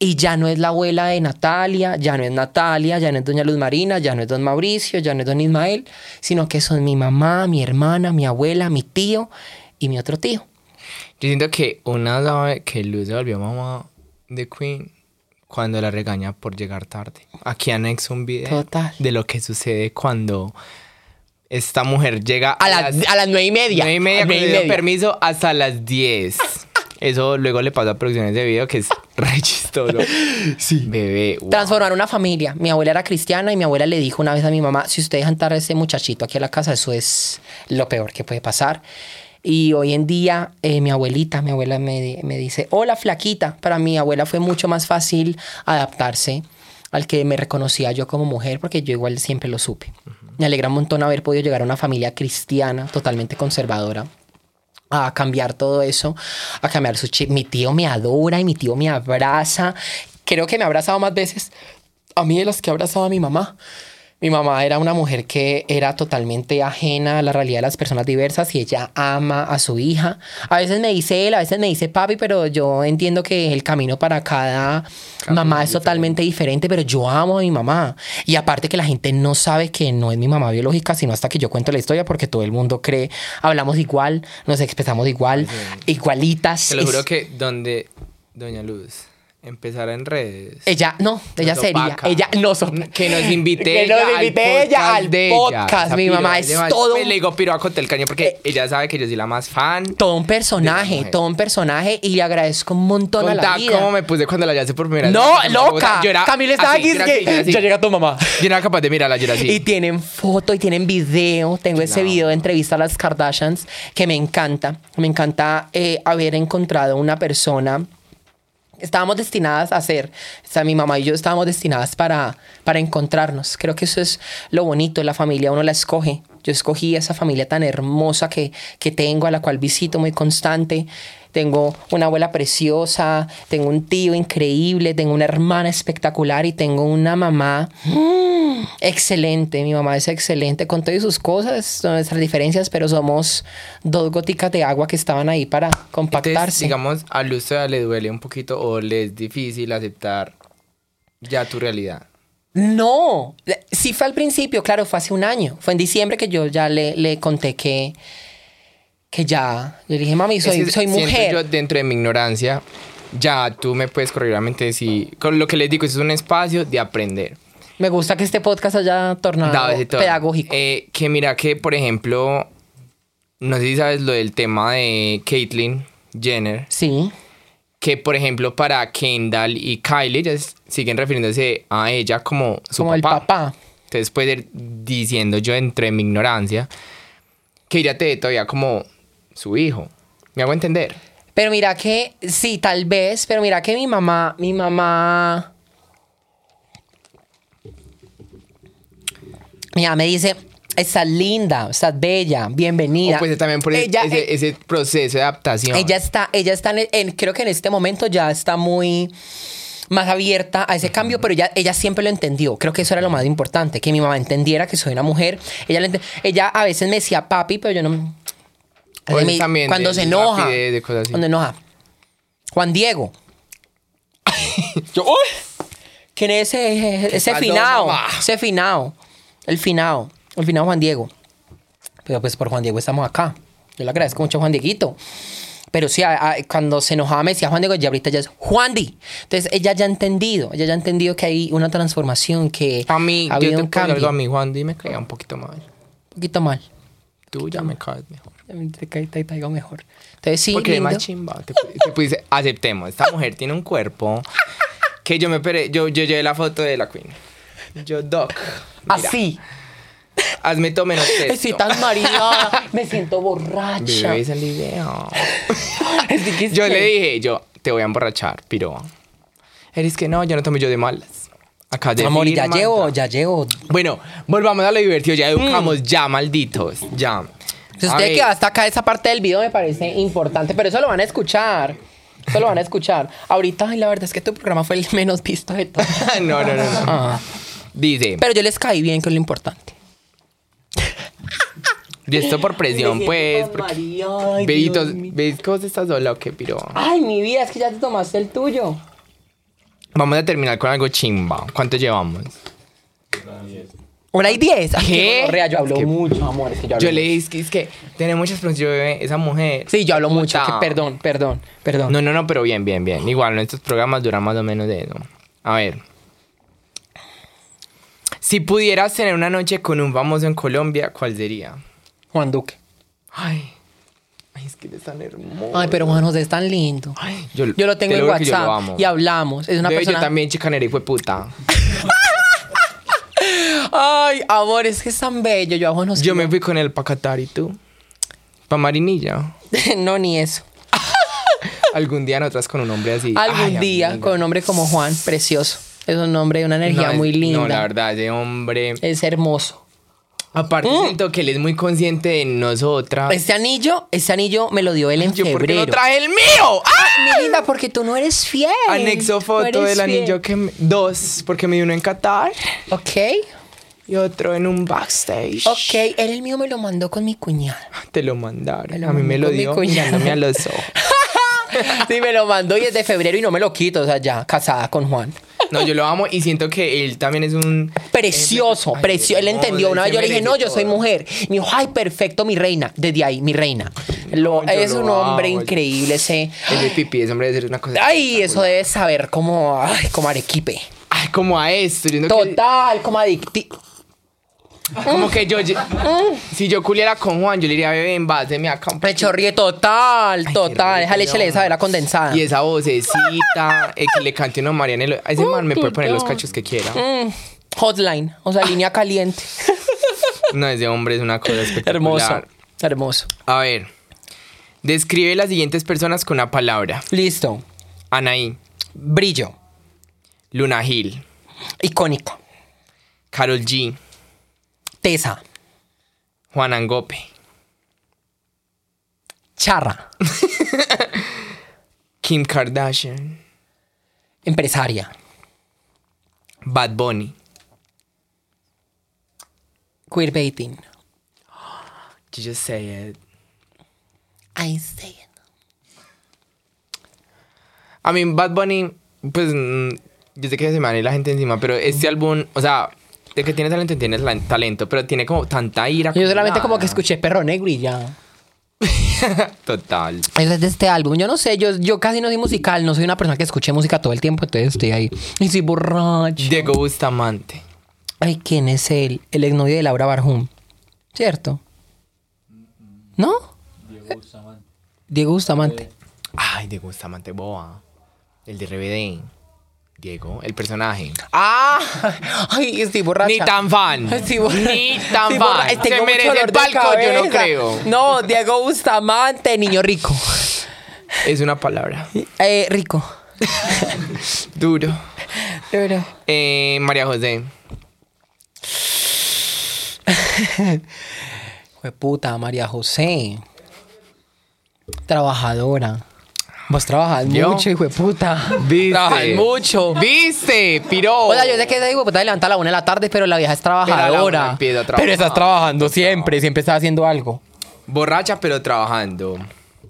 y ya no es la abuela de Natalia, ya no es Natalia, ya no es doña Luz Marina, ya no es don Mauricio, ya no es don Ismael, sino que son mi mamá, mi hermana, mi abuela, mi tío y mi otro tío. Yo siento que una sabe que Luz se volvió mamá de Queen cuando la regaña por llegar tarde. Aquí anexo un video Total. de lo que sucede cuando esta mujer llega A, las, a las nueve y media. nueve y media, A con nueve y media. permiso hasta las 10. Eso luego le pasa a producciones de video que es re chistoso. Sí. Bebé. wow. Transformar una familia. Mi abuela era cristiana y mi abuela le dijo una vez a mi mamá, si usted deja entrar a ese muchachito aquí a la casa, eso es lo peor que puede pasar. Y hoy en día eh, mi abuelita, mi abuela me, di- me dice, hola flaquita. Para mi abuela fue mucho más fácil adaptarse al que me reconocía yo como mujer, porque yo igual siempre lo supe. Me alegra un montón haber podido llegar a una familia cristiana, totalmente conservadora, a cambiar todo eso, a cambiar su chip. Mi tío me adora y mi tío me abraza. Creo que me ha abrazado más veces a mí de las que ha abrazado a mi mamá. Mi mamá era una mujer que era totalmente ajena a la realidad de las personas diversas y ella ama a su hija. A veces me dice él, a veces me dice papi, pero yo entiendo que el camino para cada mamá es totalmente diferente, pero yo amo a mi mamá. Y aparte que la gente no sabe que no es mi mamá biológica, sino hasta que yo cuento la historia, porque todo el mundo cree, hablamos igual, nos expresamos igual, igualitas. Te lo juro Es- que donde Doña Luz empezara en redes. Ella, no, ella Nos sería, opaca. Mm, ella nos opaca. Que nos invite Que nos ella invite al ella podcast al de ella. podcast. Esa Mi piroa, mamá es ella va- todo Pues un- Le digo piroa del caño porque Eh. ella sabe que yo soy la más fan. todo un De la personaje, mujer. todo un personaje y le agradezco un montón a la Contá vida. cómo me puse cuando la hallé por primera No, vez. loca. Yo era Camila estaba así, aquí. yo era es así, que yo era así. Ya llega tu mamá. Yo no era capaz de mirarla, yo era así. Y tienen foto y tienen video. Tengo ese Claro. video de entrevista a las Kardashians que me encanta. Me encanta eh, haber encontrado una persona. Estábamos destinadas a ser, o sea, mi mamá y yo estábamos destinadas para, para encontrarnos. Creo que eso es lo bonito, la familia uno la escoge. Yo escogí esa familia tan hermosa que, que tengo, a la cual visito muy constante. Tengo una abuela preciosa, tengo un tío increíble, tengo una hermana espectacular y tengo una mamá mm, excelente. Mi mamá es excelente con todas sus cosas, son nuestras diferencias, pero somos dos góticas de agua que estaban ahí para compactarse. Entonces, digamos, a Luz todavía le duele un poquito o le es difícil aceptar ya tu realidad. No, le- sí fue al principio, claro, fue hace un año. Fue en diciembre que yo ya le, le conté que, que ya, le dije, mami, soy, Es que soy siento mujer. Yo dentro de mi ignorancia, ya tú me puedes corregir la mente si... Con lo que les digo, es un espacio de aprender. Me gusta que este podcast haya tornado Dado ese tono. pedagógico. Eh, que mira que, por ejemplo, no sé si sabes lo del tema de Caitlyn Jenner. sí, que por ejemplo para Kendall y Kylie ellas siguen refiriéndose a ella como su como el papá. papá. Entonces puede ir diciendo yo entre mi ignorancia que ella te ve todavía como su hijo. ¿Me hago entender? Pero mira que, sí, tal vez, pero mira que mi mamá, mi mamá. Mira, me dice, estás linda, estás bella, bienvenida. o pues también por Ella- eh, ese, ese proceso de adaptación. Ella está, ella está en, en- creo que en este momento ya está muy más abierta a ese cambio, pero ella, ella siempre lo entendió. Creo que eso era lo más importante, que mi mamá entendiera que soy una mujer. Ella, lo ente- ella a veces me decía papi, pero yo no... Ay, O él me- también, cuando de- se de enoja. rapidez, de cosas así. Cuando enoja. Juan Diego. yo, "Uy, ¿Quién es ese, ese, pasó, finao? mamá? Ese finao. El finao. El finao Juan Diego. Pero pues por Juan Diego estamos acá. Yo le agradezco mucho a Juan Dieguito. Pero sí, a- a- cuando se enojaba me decía Juan Diego, ya ahorita ya es Juan Di. Entonces ella ya ha entendido, ella ya ha entendido que hay una transformación, que A mí, ha yo te habido un puedo decir algo cambio. a mí, Juan, dime que un poquito mal. Un poquito mal. Tú ya me caes mejor. Ya me Te ca- te caigo mejor. Entonces sí, Porque es lindo. más chimba. Te, pu- te pudiste- aceptemos, esta mujer tiene un cuerpo que yo me pere, yo, yo llevé la foto de la Queen. Yo, Doc. mira, Así. Hazme todo menos esto. Estoy tan mareada, me siento borracha. Bebé, es el video. Así que Yo le estoy- dije, yo, te voy a emborrachar, pero... Eres que no, yo no tomé yo de malas. Acá de Amor, ya firma, llevo, ta. ya llevo. Bueno, volvamos a lo divertido, ya educamos, ya, malditos, ya. Si A usted ver, que hasta acá esa parte del video me parece importante, pero eso lo van a escuchar. Eso lo van a escuchar. Ahorita, ay, la verdad es que tu programa fue el menos visto de todo. no, no, no, no. Ah, Dice, pero yo les caí bien, que es lo importante. Y esto por presión, Me siento pues. tan Porque... María, ay, Beitos, Dios mío. ¿Veis cómo estás sola o qué, piro? Ay, mi vida, es que ya te tomaste el tuyo. Vamos a terminar con algo chimba. ¿Cuánto llevamos? Una y diez. Ay, ¿Qué? gonorrea, yo hablo Es que- mucho, amor. Es que yo hablo Yo le dije, es que, es que tiene muchas preguntas. Yo, bebé, esa mujer. mucho. Sí, yo hablo mucho. Puta. que perdón, perdón, perdón. No, no, no, pero bien, bien, bien. Igual, nuestros programas duran más o menos de eso. A ver. Si pudieras tener una noche con un famoso en Colombia, ¿cuál sería? Juan Duque. Ay, ay, es que eres tan hermoso. Ay, pero Juan José es tan lindo. Ay, Yo lo tengo te en juro que yo lo WhatsApp amo. y hablamos. Es una Bebé, persona. Yo también, chicanera y fue puta. Ay, amor, es que es tan bello. Yo a Juan José. Yo me fui con el pa' Qatar, ¿y tú? Pa' Marinilla. no, ni eso. Algún día nosotras con un hombre así. Algún Ay, día, amiga. con un hombre como Juan, precioso. Es un hombre de una energía No, es- muy linda. Mm. No, la verdad, ese hombre. Es hermoso. Aparte, siento que él es muy consciente de nosotras. Este anillo, este anillo me lo dio él en Yo, ¿por qué febrero. no traje el mío? ¡Ah! Mi linda, porque tú no eres fiel. Anexo foto No eres del anillo fiel. que me- dos, porque me dio uno en Qatar Ok, y otro en un backstage. ok. Él el mío me lo mandó con mi cuñada. Te lo mandaron. Me lo a mí me mandó lo mi dio cuñada. mirándome a los ojos. sí, me lo mandó y es de febrero y no me lo quito. O sea, ya casada con Juan. No, yo lo amo y siento que él también es un Precioso, Eh, Ay, precioso. Él no, entendió. él Una se vez yo le dije, merece no, yo todo. soy mujer. Me dijo, ay, perfecto, mi reina. Desde ahí, mi reina. Lo, No, yo es lo un hombre amo. increíble ese. el de pipí, ese hombre debe ser una cosa. Ay, eso debes saber como, ay, como arequipe. Ay, como a esto. yo siento que- Total, como adictivo. como que yo. Si yo culiera con Juan, yo le diría, bebé, en base, me acá. un poquito". Prechorrie total, total. rico, Esa leche no. le debe saber la condensada. Y esa vocecita, eh, que le cante una Mariana. el- A ese man me puede poner los cachos que quiera. Mm, hotline, o sea, línea caliente. No, ese hombre es una cosa espectacular. Hermoso. Hermoso. A ver. Describe las siguientes personas con una palabra. Listo. Anaí, Brillo. Luna Gil, Icónico. Carol G, Tesa. Juan Angope, Charra. Kim Kardashian, Empresaria. Bad Bunny, Queerbaiting. Did you say it? I say it. I mean, Bad Bunny, pues mm, yo sé que se me van a ir la gente encima, pero este álbum, o sea, de que tiene talento, tienes la- talento, pero tiene como tanta ira. Yo solamente acumulada. como que escuché Perro Negro y ya. Total. Eso es de este álbum. Yo no sé, yo, yo casi no soy musical. No soy una persona que escuche música todo el tiempo, entonces estoy ahí. Y soy borracho. Diego Bustamante. Ay, ¿quién es él? El exnovio de Laura Barjum. ¿Cierto? ¿No? Diego Bustamante. Diego Bustamante. Ay, Diego Bustamante, boa. El de RBD. Diego, el personaje. ¡Ah! Ay, estoy borracha. Ni tan fan. Estoy borra- Ni tan estoy borra- Ay, fan. Se tengo mucho merece el dolor de palco, yo no cabeza. creo. No, Diego Bustamante, niño rico. Es una palabra. Eh, rico. Duro. Pero... Eh, María José. puta, María José. Trabajadora. Vos trabajas ¿Yo? mucho, hijo de puta. ¿Viste? Trabajas mucho. ¿Viste, piro? O sea, yo sé que esa hijo de pues, puta se levanta a la una de la tarde, pero la vieja es trabajadora. empieza a trabajar. Pero estás trabajando siempre, siempre estás haciendo algo. Borracha, pero trabajando.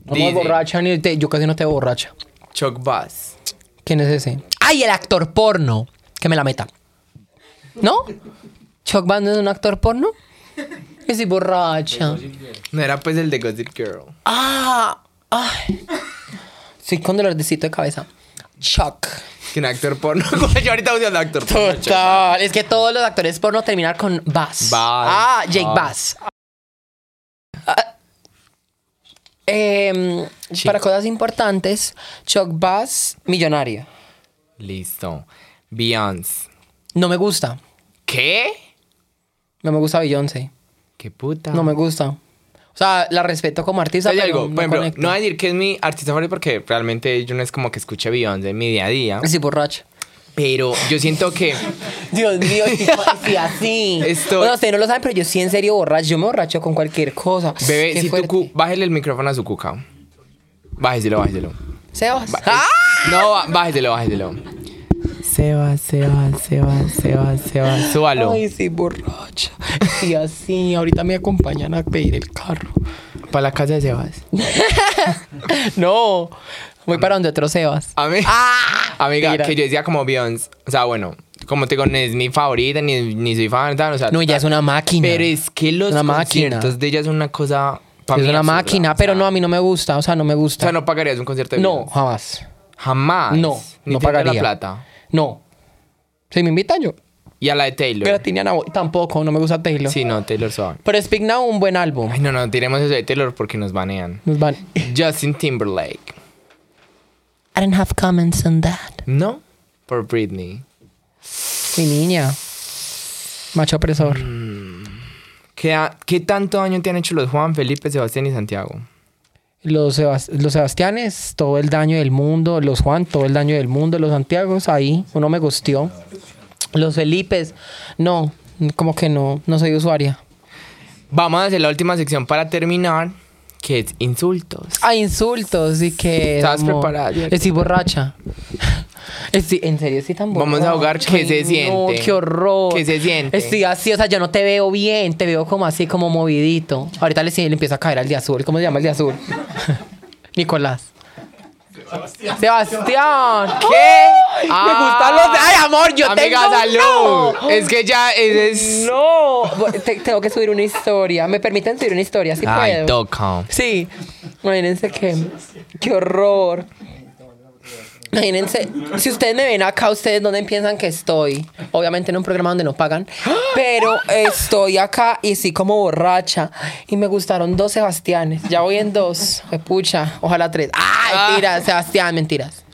No me borracha ni te- yo casi no te veo borracha. Chuck Bass. ¿Quién es ese? ¡Ay, el actor porno! Que me la meta. ¿No? ¿Chuck Bass no es un actor porno? Que soy borracha. No era pues el de Gossip Girl. ¡Ah! ¡Ay! Soy con dolorcito de cabeza. Chuck. Que un actor porno. yo ahorita uso el actor porno. Chuck Bass. Total. Es que todos los actores porno terminan con Bass. Bass. Ah, Jake Bass. Ah. Em, Sí. Para cosas importantes, Chuck Bass, millonario. Listo. Beyoncé. No me gusta. ¿Qué? No me gusta Beyoncé. ¿Qué puta? No me gusta. O sea, la respeto como artista. Hay pero algo, no por ejemplo, conecto. no voy a decir que es mi artista favorito porque realmente yo no es como que escuche Beyoncé en mi día a día, Sí, borracho. pero yo siento que Dios mío, sí, así. Estoy- Bueno, ustedes no lo saben, pero yo sí en serio borracho. Yo me borracho con cualquier cosa. bebé, Qué si tú fuerte. cu- bájele el micrófono a su cuca. Bájeselo, bájeselo. Sebas. ¡Ah! No, bá- bájeselo, bájeselo. se va, se va, se va, se va, se va. Súbalo. Ay, sí, borracha. Y así, ahorita me acompañan a pedir el carro. Para la casa de Sebas. No, voy para donde otro Sebas. A mí, Ah, amiga, Tira. que yo decía como Beyoncé. O sea, bueno, como te digo, no es mi favorita, ni, ni soy fan, tal, o sea. No, ella es una máquina. Pero es que los Una máquina. conciertos de ella es una cosa. pa' es mí una absurda, máquina, o pero sea, no, a mí no me gusta, o sea, no me O sea, gusta. no pagarías un concierto de no, Beyoncé. jamás. Jamás. No, Ni no teniendo pagaría. la plata. No. Si me invitan yo. Y a la de Taylor. Pero Tiniana Boy tampoco, no me gusta Taylor. Sí, no, Taylor Swift. Pero Speak Now, un buen álbum. Ay, no, no, tiremos eso de Taylor porque nos banean. Nos van. Justin Timberlake. I don't have comments on that. No. Por Britney. Mi niña. Macho opresor. ¿Qué, a- qué tanto daño te han hecho los Juan, Felipe, Sebastián y Santiago? Los, Sebas- los Sebastianes, todo el daño del mundo. Los Juan, todo el daño del mundo. Los Santiagos, ahí, uno me gustió. Los Felipes, no, como que no, no soy usuaria. Vamos a hacer la última sección para terminar, que es insultos. A insultos y que. Estabas amor, preparada, ¿cierto? Estoy borracha. Estoy- en serio, estoy tan borracha. Vamos a ahogar qué se Ay, No, siente. qué horror. ¿Qué se siente? Estoy así, o sea, yo no te veo bien, te veo como así, como movidito. Ahorita le, le empieza a caer al de azul. ¿Cómo se llama el de azul? Nicolás. Sebastián. ¿Qué? me gustan los de. Ay, amor, yo Ah. Amiga, tengo salud. uno. Es que ya ese es. No, te- tengo que subir una historia. ¿Me permiten subir una historia? Sí Ay, puedo. toca. Sí. Imagínense que. Qué horror. Imagínense, si ustedes me ven acá, ustedes dónde piensan que estoy. Obviamente en un programa donde no pagan, pero estoy acá y sí como borracha. Y me gustaron dos Sebastianes. Ya voy en dos. Fue Pucha, ojalá tres. Ah. ¡Ay, mentiras, Sebastián, mentiras!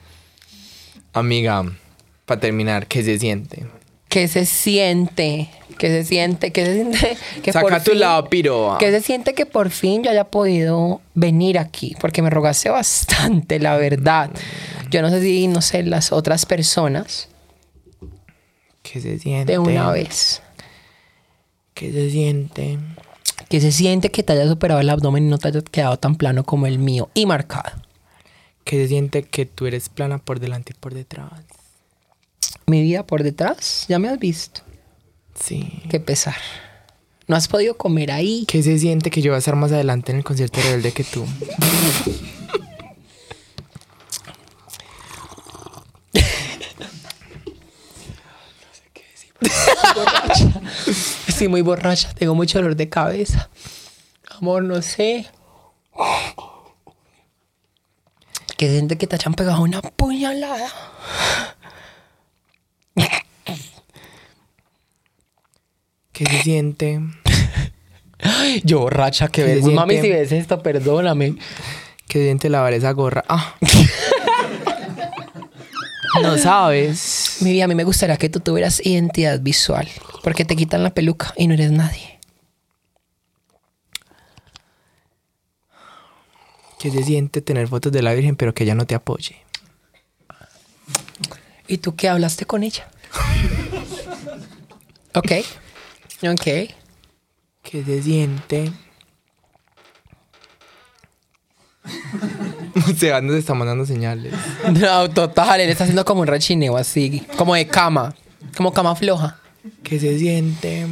Amiga, para terminar, ¿qué se siente? ¿Qué se siente? ¿Qué se siente? ¿Qué se siente? Que Saca por tu fin- lado piroa. Que se siente que por fin yo haya podido venir aquí, porque me rogaste bastante, la verdad. Yo no sé si, no sé, las otras personas ¿Qué se siente? de una vez. ¿Qué se siente? Que se siente que te haya superado el abdomen y no te haya quedado tan plano como el mío y marcado. ¿Qué se siente que tú eres plana por delante y por detrás? Mi vida por detrás, ya me has visto. Sí. Qué pesar. No has podido comer ahí. ¿Qué se siente que yo voy a estar más adelante en el concierto de rebelde que tú? Estoy muy borracha, tengo mucho dolor de cabeza. Amor, no sé. Que siente que te hayan pegado una puñalada. ¿Qué se siente? Yo borracha, que ¿Qué se ves. Uy, mami, si siente? ves esto, perdóname. ¿Qué se siente lavar esa gorra? Ah. No sabes. Mi vida, a mí me gustaría que tú tuvieras identidad visual. Porque te quitan la peluca y no eres nadie. ¿Qué se siente tener fotos de la Virgen pero que ella no te apoye? ¿Y tú qué hablaste con ella? ok. Ok. ¿Qué se siente? Sebas nos está mandando señales. No, total, él está haciendo como un rechineo así. Como de cama. Como cama floja. ¿Qué se siente?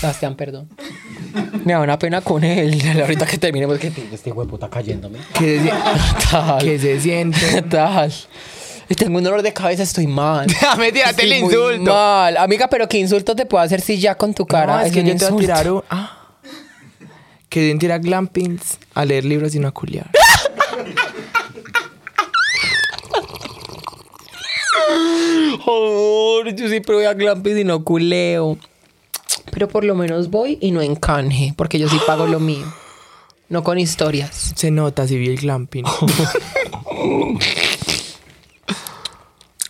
Sebastián, perdón. Me da una pena con él. Ahorita que termine, porque Este huevo está cayéndome. ¿Qué se, si- tal. ¿Qué se siente? Tal. Y Tengo un dolor de cabeza, estoy mal. Mentira, te Estoy le muy insulto. Mal. Amiga, pero qué insulto te puedo hacer si ya con tu cara. No, es que un yo te voy a insulto. tirar un... Ah. ¿Qué se siente ir a glampings a leer libros y no a culiar? Joder, yo siempre voy a glamping y no culeo. Pero por lo menos voy y no en canje, porque yo sí pago lo mío. No con historias. Se nota si vi el glamping.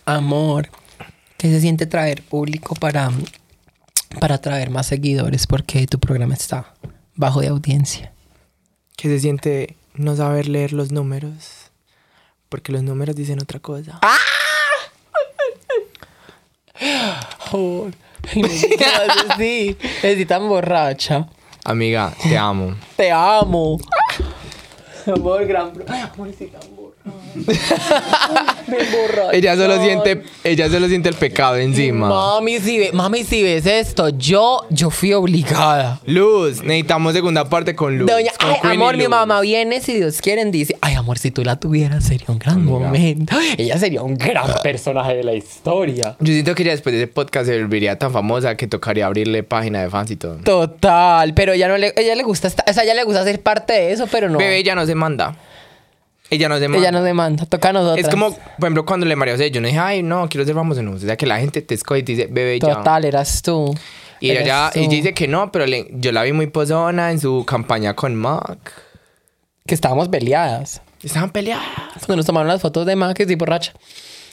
Amor, ¿qué se siente traer público para, para traer más seguidores? Porque tu programa está bajo de audiencia. ¿Qué se siente no saber leer los números? Porque los números dicen otra cosa. Amor, ay, no me hagas así. Estoy tan borracha. Amiga, te amo. Te amo. Amor, gran pro- Ay, amor, estoy tan borracha. Ella solo siente, ella solo siente el pecado encima. Mami si, ve- mami, si ves esto, yo, yo fui obligada. Luz, necesitamos segunda parte con Luz. Doña, con ay, Queen y amor, mi Luz. mamá viene, si Dios quiere, dice, ay, amor, si tú la tuvieras sería un gran momento. Ella sería un gran personaje de la historia. Yo siento que ella después de ese podcast se volvería tan famosa que tocaría abrirle página de fans y todo. Total, pero ella no le, ella le gusta, esta- o sea, ella le gusta ser parte de eso, pero no. Bebé, ella no se manda. Ella no se manda. ella nos demanda, toca a nosotros. Es como, por ejemplo, cuando le mareó yo no dije, ay, no, quiero ser famoso. No, o sea, que la gente te escoge y te dice, bebé, ya. Total, eras tú. Y ella, Eras ya- tú. ella dice que no, pero le- yo la vi muy posona en su campaña con Mac. que estábamos peleadas. Estaban peleadas. Pues Cuando nos tomaron las fotos de Mac, que estoy borracha.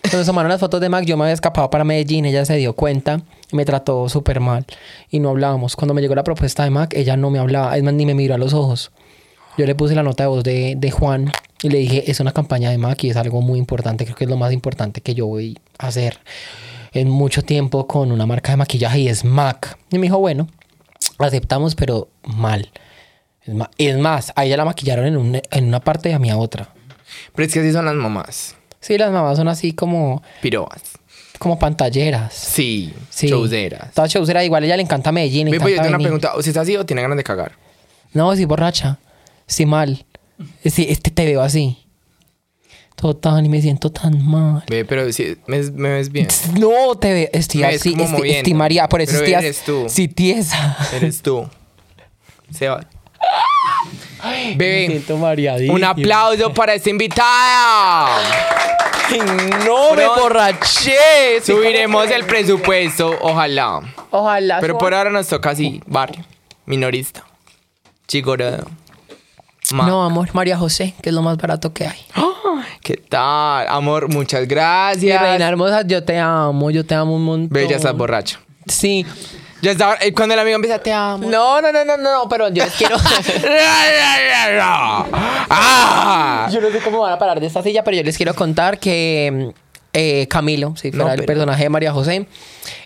Cuando nos tomaron las fotos de Mac, yo me había escapado para Medellín, ella se dio cuenta y me trató súper mal. Y no hablábamos. Cuando me llegó la propuesta de Mac, ella no me hablaba, es más, ni me miró a los ojos. Yo le puse la nota de voz de, de Juan y le dije, es una campaña de Mac y es algo muy importante, creo que es lo más importante que yo voy a hacer en mucho tiempo con una marca de maquillaje y es Mac. Y me dijo, bueno, aceptamos, pero mal. Es ma- Es más, a ella la maquillaron en, un- en una parte y a mí a otra. Pero es que así son las mamás. Sí, las mamás son así como, Piroas. como pantalleras. Sí. Sí. Showzeras. Toda showzera, igual a ella le encanta Medellín. le Ve, pues yo encanta tengo una venir. pregunta. ¿Usted está así o tiene ganas de cagar? No, sí, borracha. Sí, mal. Sí, este te veo así. Total, y me siento tan mal. Ve, pero si me, me ves bien. No, te veo. Estoy Me ves así, como esti- moviendo. estoy mareada, Por eso Pero estoy así. eres tú. Sí, tiesa. Eres tú. Seba. Me Bebé, siento mareadísima. un aplauso para esta invitada. No me Pronto borraché. Subiremos el presupuesto, ojalá. Ojalá. Pero Juan. por ahora nos toca así, barrio, minorista, chigorado. Ma- No, amor, María José, que es lo más barato que hay. ¿Qué tal? Amor, muchas Mi gracias. reina hermosa, yo te amo, yo te amo un montón. Bella, estás borracha. Sí. Ya está, eh, cuando el amigo empieza, te amo. No, no, no, no, no, no, pero yo les quiero. Ah. yo no sé cómo van a parar de esta silla, pero yo les quiero contar que eh, Camilo, si fuera No, el pero- personaje de María José,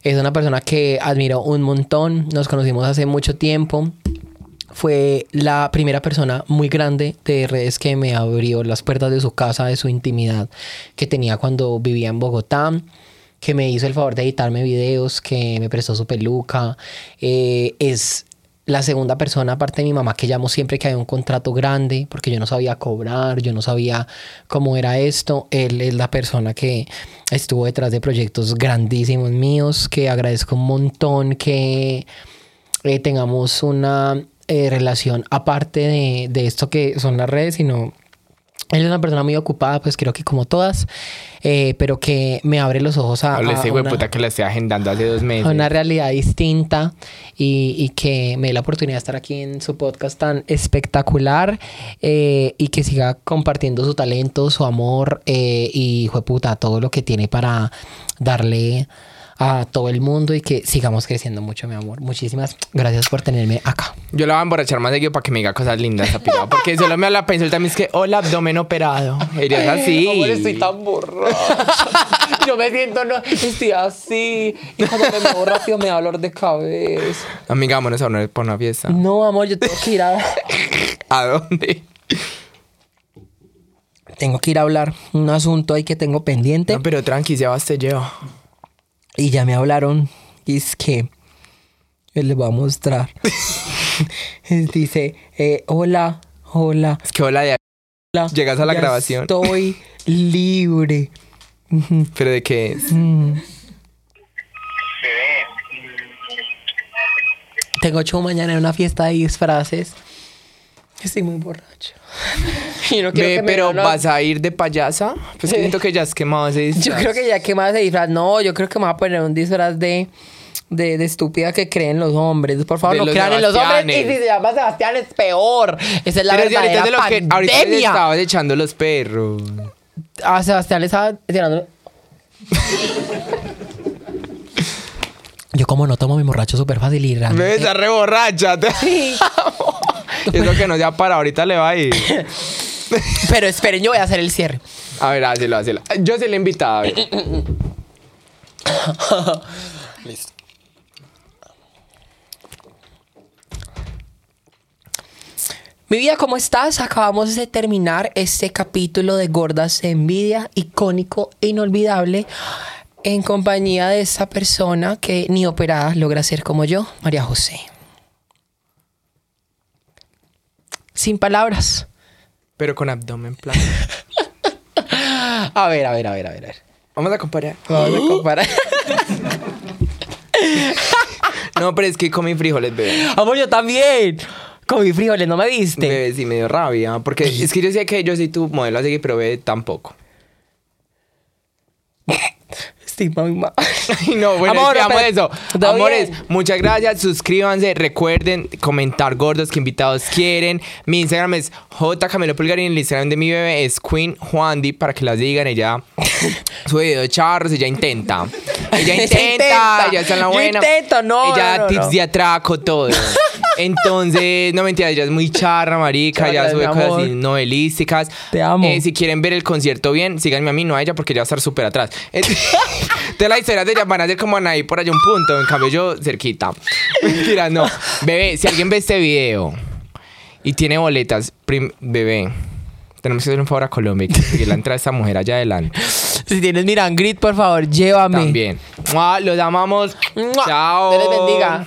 es una persona que admiro un montón. Nos conocimos hace mucho tiempo. Fue la primera persona muy grande de redes que me abrió las puertas de su casa, de su intimidad que tenía cuando vivía en Bogotá que me hizo el favor de editarme videos, que me prestó su peluca. Eh, es la segunda persona, aparte de mi mamá, que llamo siempre que hay un contrato grande, porque yo no sabía cobrar, yo no sabía cómo era esto. Él es la persona que estuvo detrás de proyectos grandísimos míos, que agradezco un montón que eh, tengamos una eh, relación aparte de, de esto que son las redes, sino él es una persona muy ocupada, pues creo que como todas, eh, pero que me abre los ojos a, Hablé pues a ese hijo de Ah, una, puta que la estoy agendando hace dos meses. a una realidad distinta y, y que me dé la oportunidad de estar aquí en su podcast tan espectacular eh, y que siga compartiendo su talento, su amor eh, y hijo de puta, todo lo que tiene para darle a todo el mundo y que sigamos creciendo mucho, mi amor. Muchísimas gracias por tenerme acá. Yo la voy a emborrachar más seguido para que me diga cosas lindas esa pirada, Porque solo me habla pues, pensó también es que, hola, abdomen operado. Ella es así. Yo me siento, no, estoy así. Y cuando me muevo rápido me da dolor de cabeza. Amiga, vámonos a una, por una fiesta. No, amor, yo tengo que ir a... ¿A dónde? Tengo que ir a hablar un asunto ahí que tengo pendiente. No, pero tranqui, Sebas te lleva. Y ya me hablaron. Y es que... yo Les voy a mostrar. Dice, eh, hola, hola, Es que hola de hola. Llegas a la ya grabación. Estoy libre. ¿Pero de qué es? Mm. Bebé, Tengo show mañana en una fiesta de disfraces. Estoy muy borracho. Y no quiero Ve, que me pero vean a- vas a ir de payasa. Pues que siento que ya has quemado ese Yo disfraz. creo que ya que más de disfraz. No, yo creo que me voy a poner un disfraz de, de, de estúpida que creen los hombres. Por favor, De no los crean en los hombres. Y Sebastianes. si se llama Sebastián es peor. Esa es la Pero si ahorita verdadera es de lo que ahorita le pandemia. estabas echando los perros. A Sebastián le estaba tirando. Yo como no tomo mi borracho súper fácil y realmente- Ve, está reborracha. Eso que no sea para ahorita le va a ir. Pero esperen, yo voy a hacer el cierre. A ver, hazlo, hazlo. Yo soy la invitada. a ver. Mi vida, ¿cómo estás? Acabamos de terminar este capítulo de Gordas de Envidia, icónico, inolvidable, en compañía de esa persona que ni operada logra ser como yo, María José. Sin palabras. Pero con abdomen plano. A ver, a ver, a ver, a ver. a ver. Vamos a comparar. Vamos a comparar. No, pero es que comí frijoles, bebé. Amor, yo también. Comí frijoles, ¿no me viste? Bebé, sí me dio rabia. Porque es que yo sé que yo soy tu modelo así, pero bebé, tampoco. Estoy muy mal. Ay, no, bueno, Amor, amor, pero- eso. ¿todo Amores, bien? muchas gracias. Suscríbanse. Recuerden comentar gordos que invitados quieren. Mi Instagram es jcamilo y El Instagram de mi bebé es Queen Juandi para que las digan. Ella sube videos charros. Ella intenta. Ella Ella intenta. intenta. Ella está en la Yo buena. intento, no, Ella no, no, tips no. de atraco, todo. Entonces, no mentira, ella es muy charra, marica. Charra, Ella sube mi cosas amor. así novelísticas. Te amo. Eh, si quieren ver el concierto bien, síganme a mí, no a ella, porque ella va a estar súper atrás. De la historia de ella van a ser como Anaí por allá un punto. En cambio, yo cerquita. Mentira, no. Bebé, si alguien ve este video y tiene boletas, prim- bebé, tenemos que hacer un favor a Colombia y conseguir la entrada de esta mujer allá adelante. Si tienes Mirangrit, por favor, llévame. También. ¡Mua! Los amamos. ¡Mua! Chao. Dios les bendiga.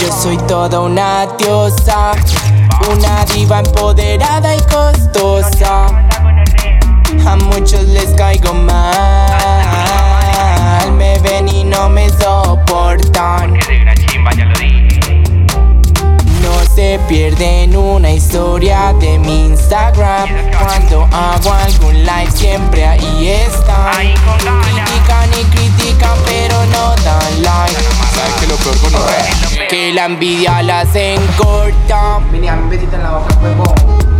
Yo soy toda una diosa, una diva empoderada y costosa. A muchos les caigo mal, me ven y no me soportan. Que de una chimba ya lo dije. No se pierden una historia de mi Instagram. Cuando hago algún live siempre ahí están. Ahí con ganas. Critican y critican pero no dan like. ¿Sabes qué es lo peor con los redes? Que la envidia las encorta. Mini, un besito en la boca, huevo.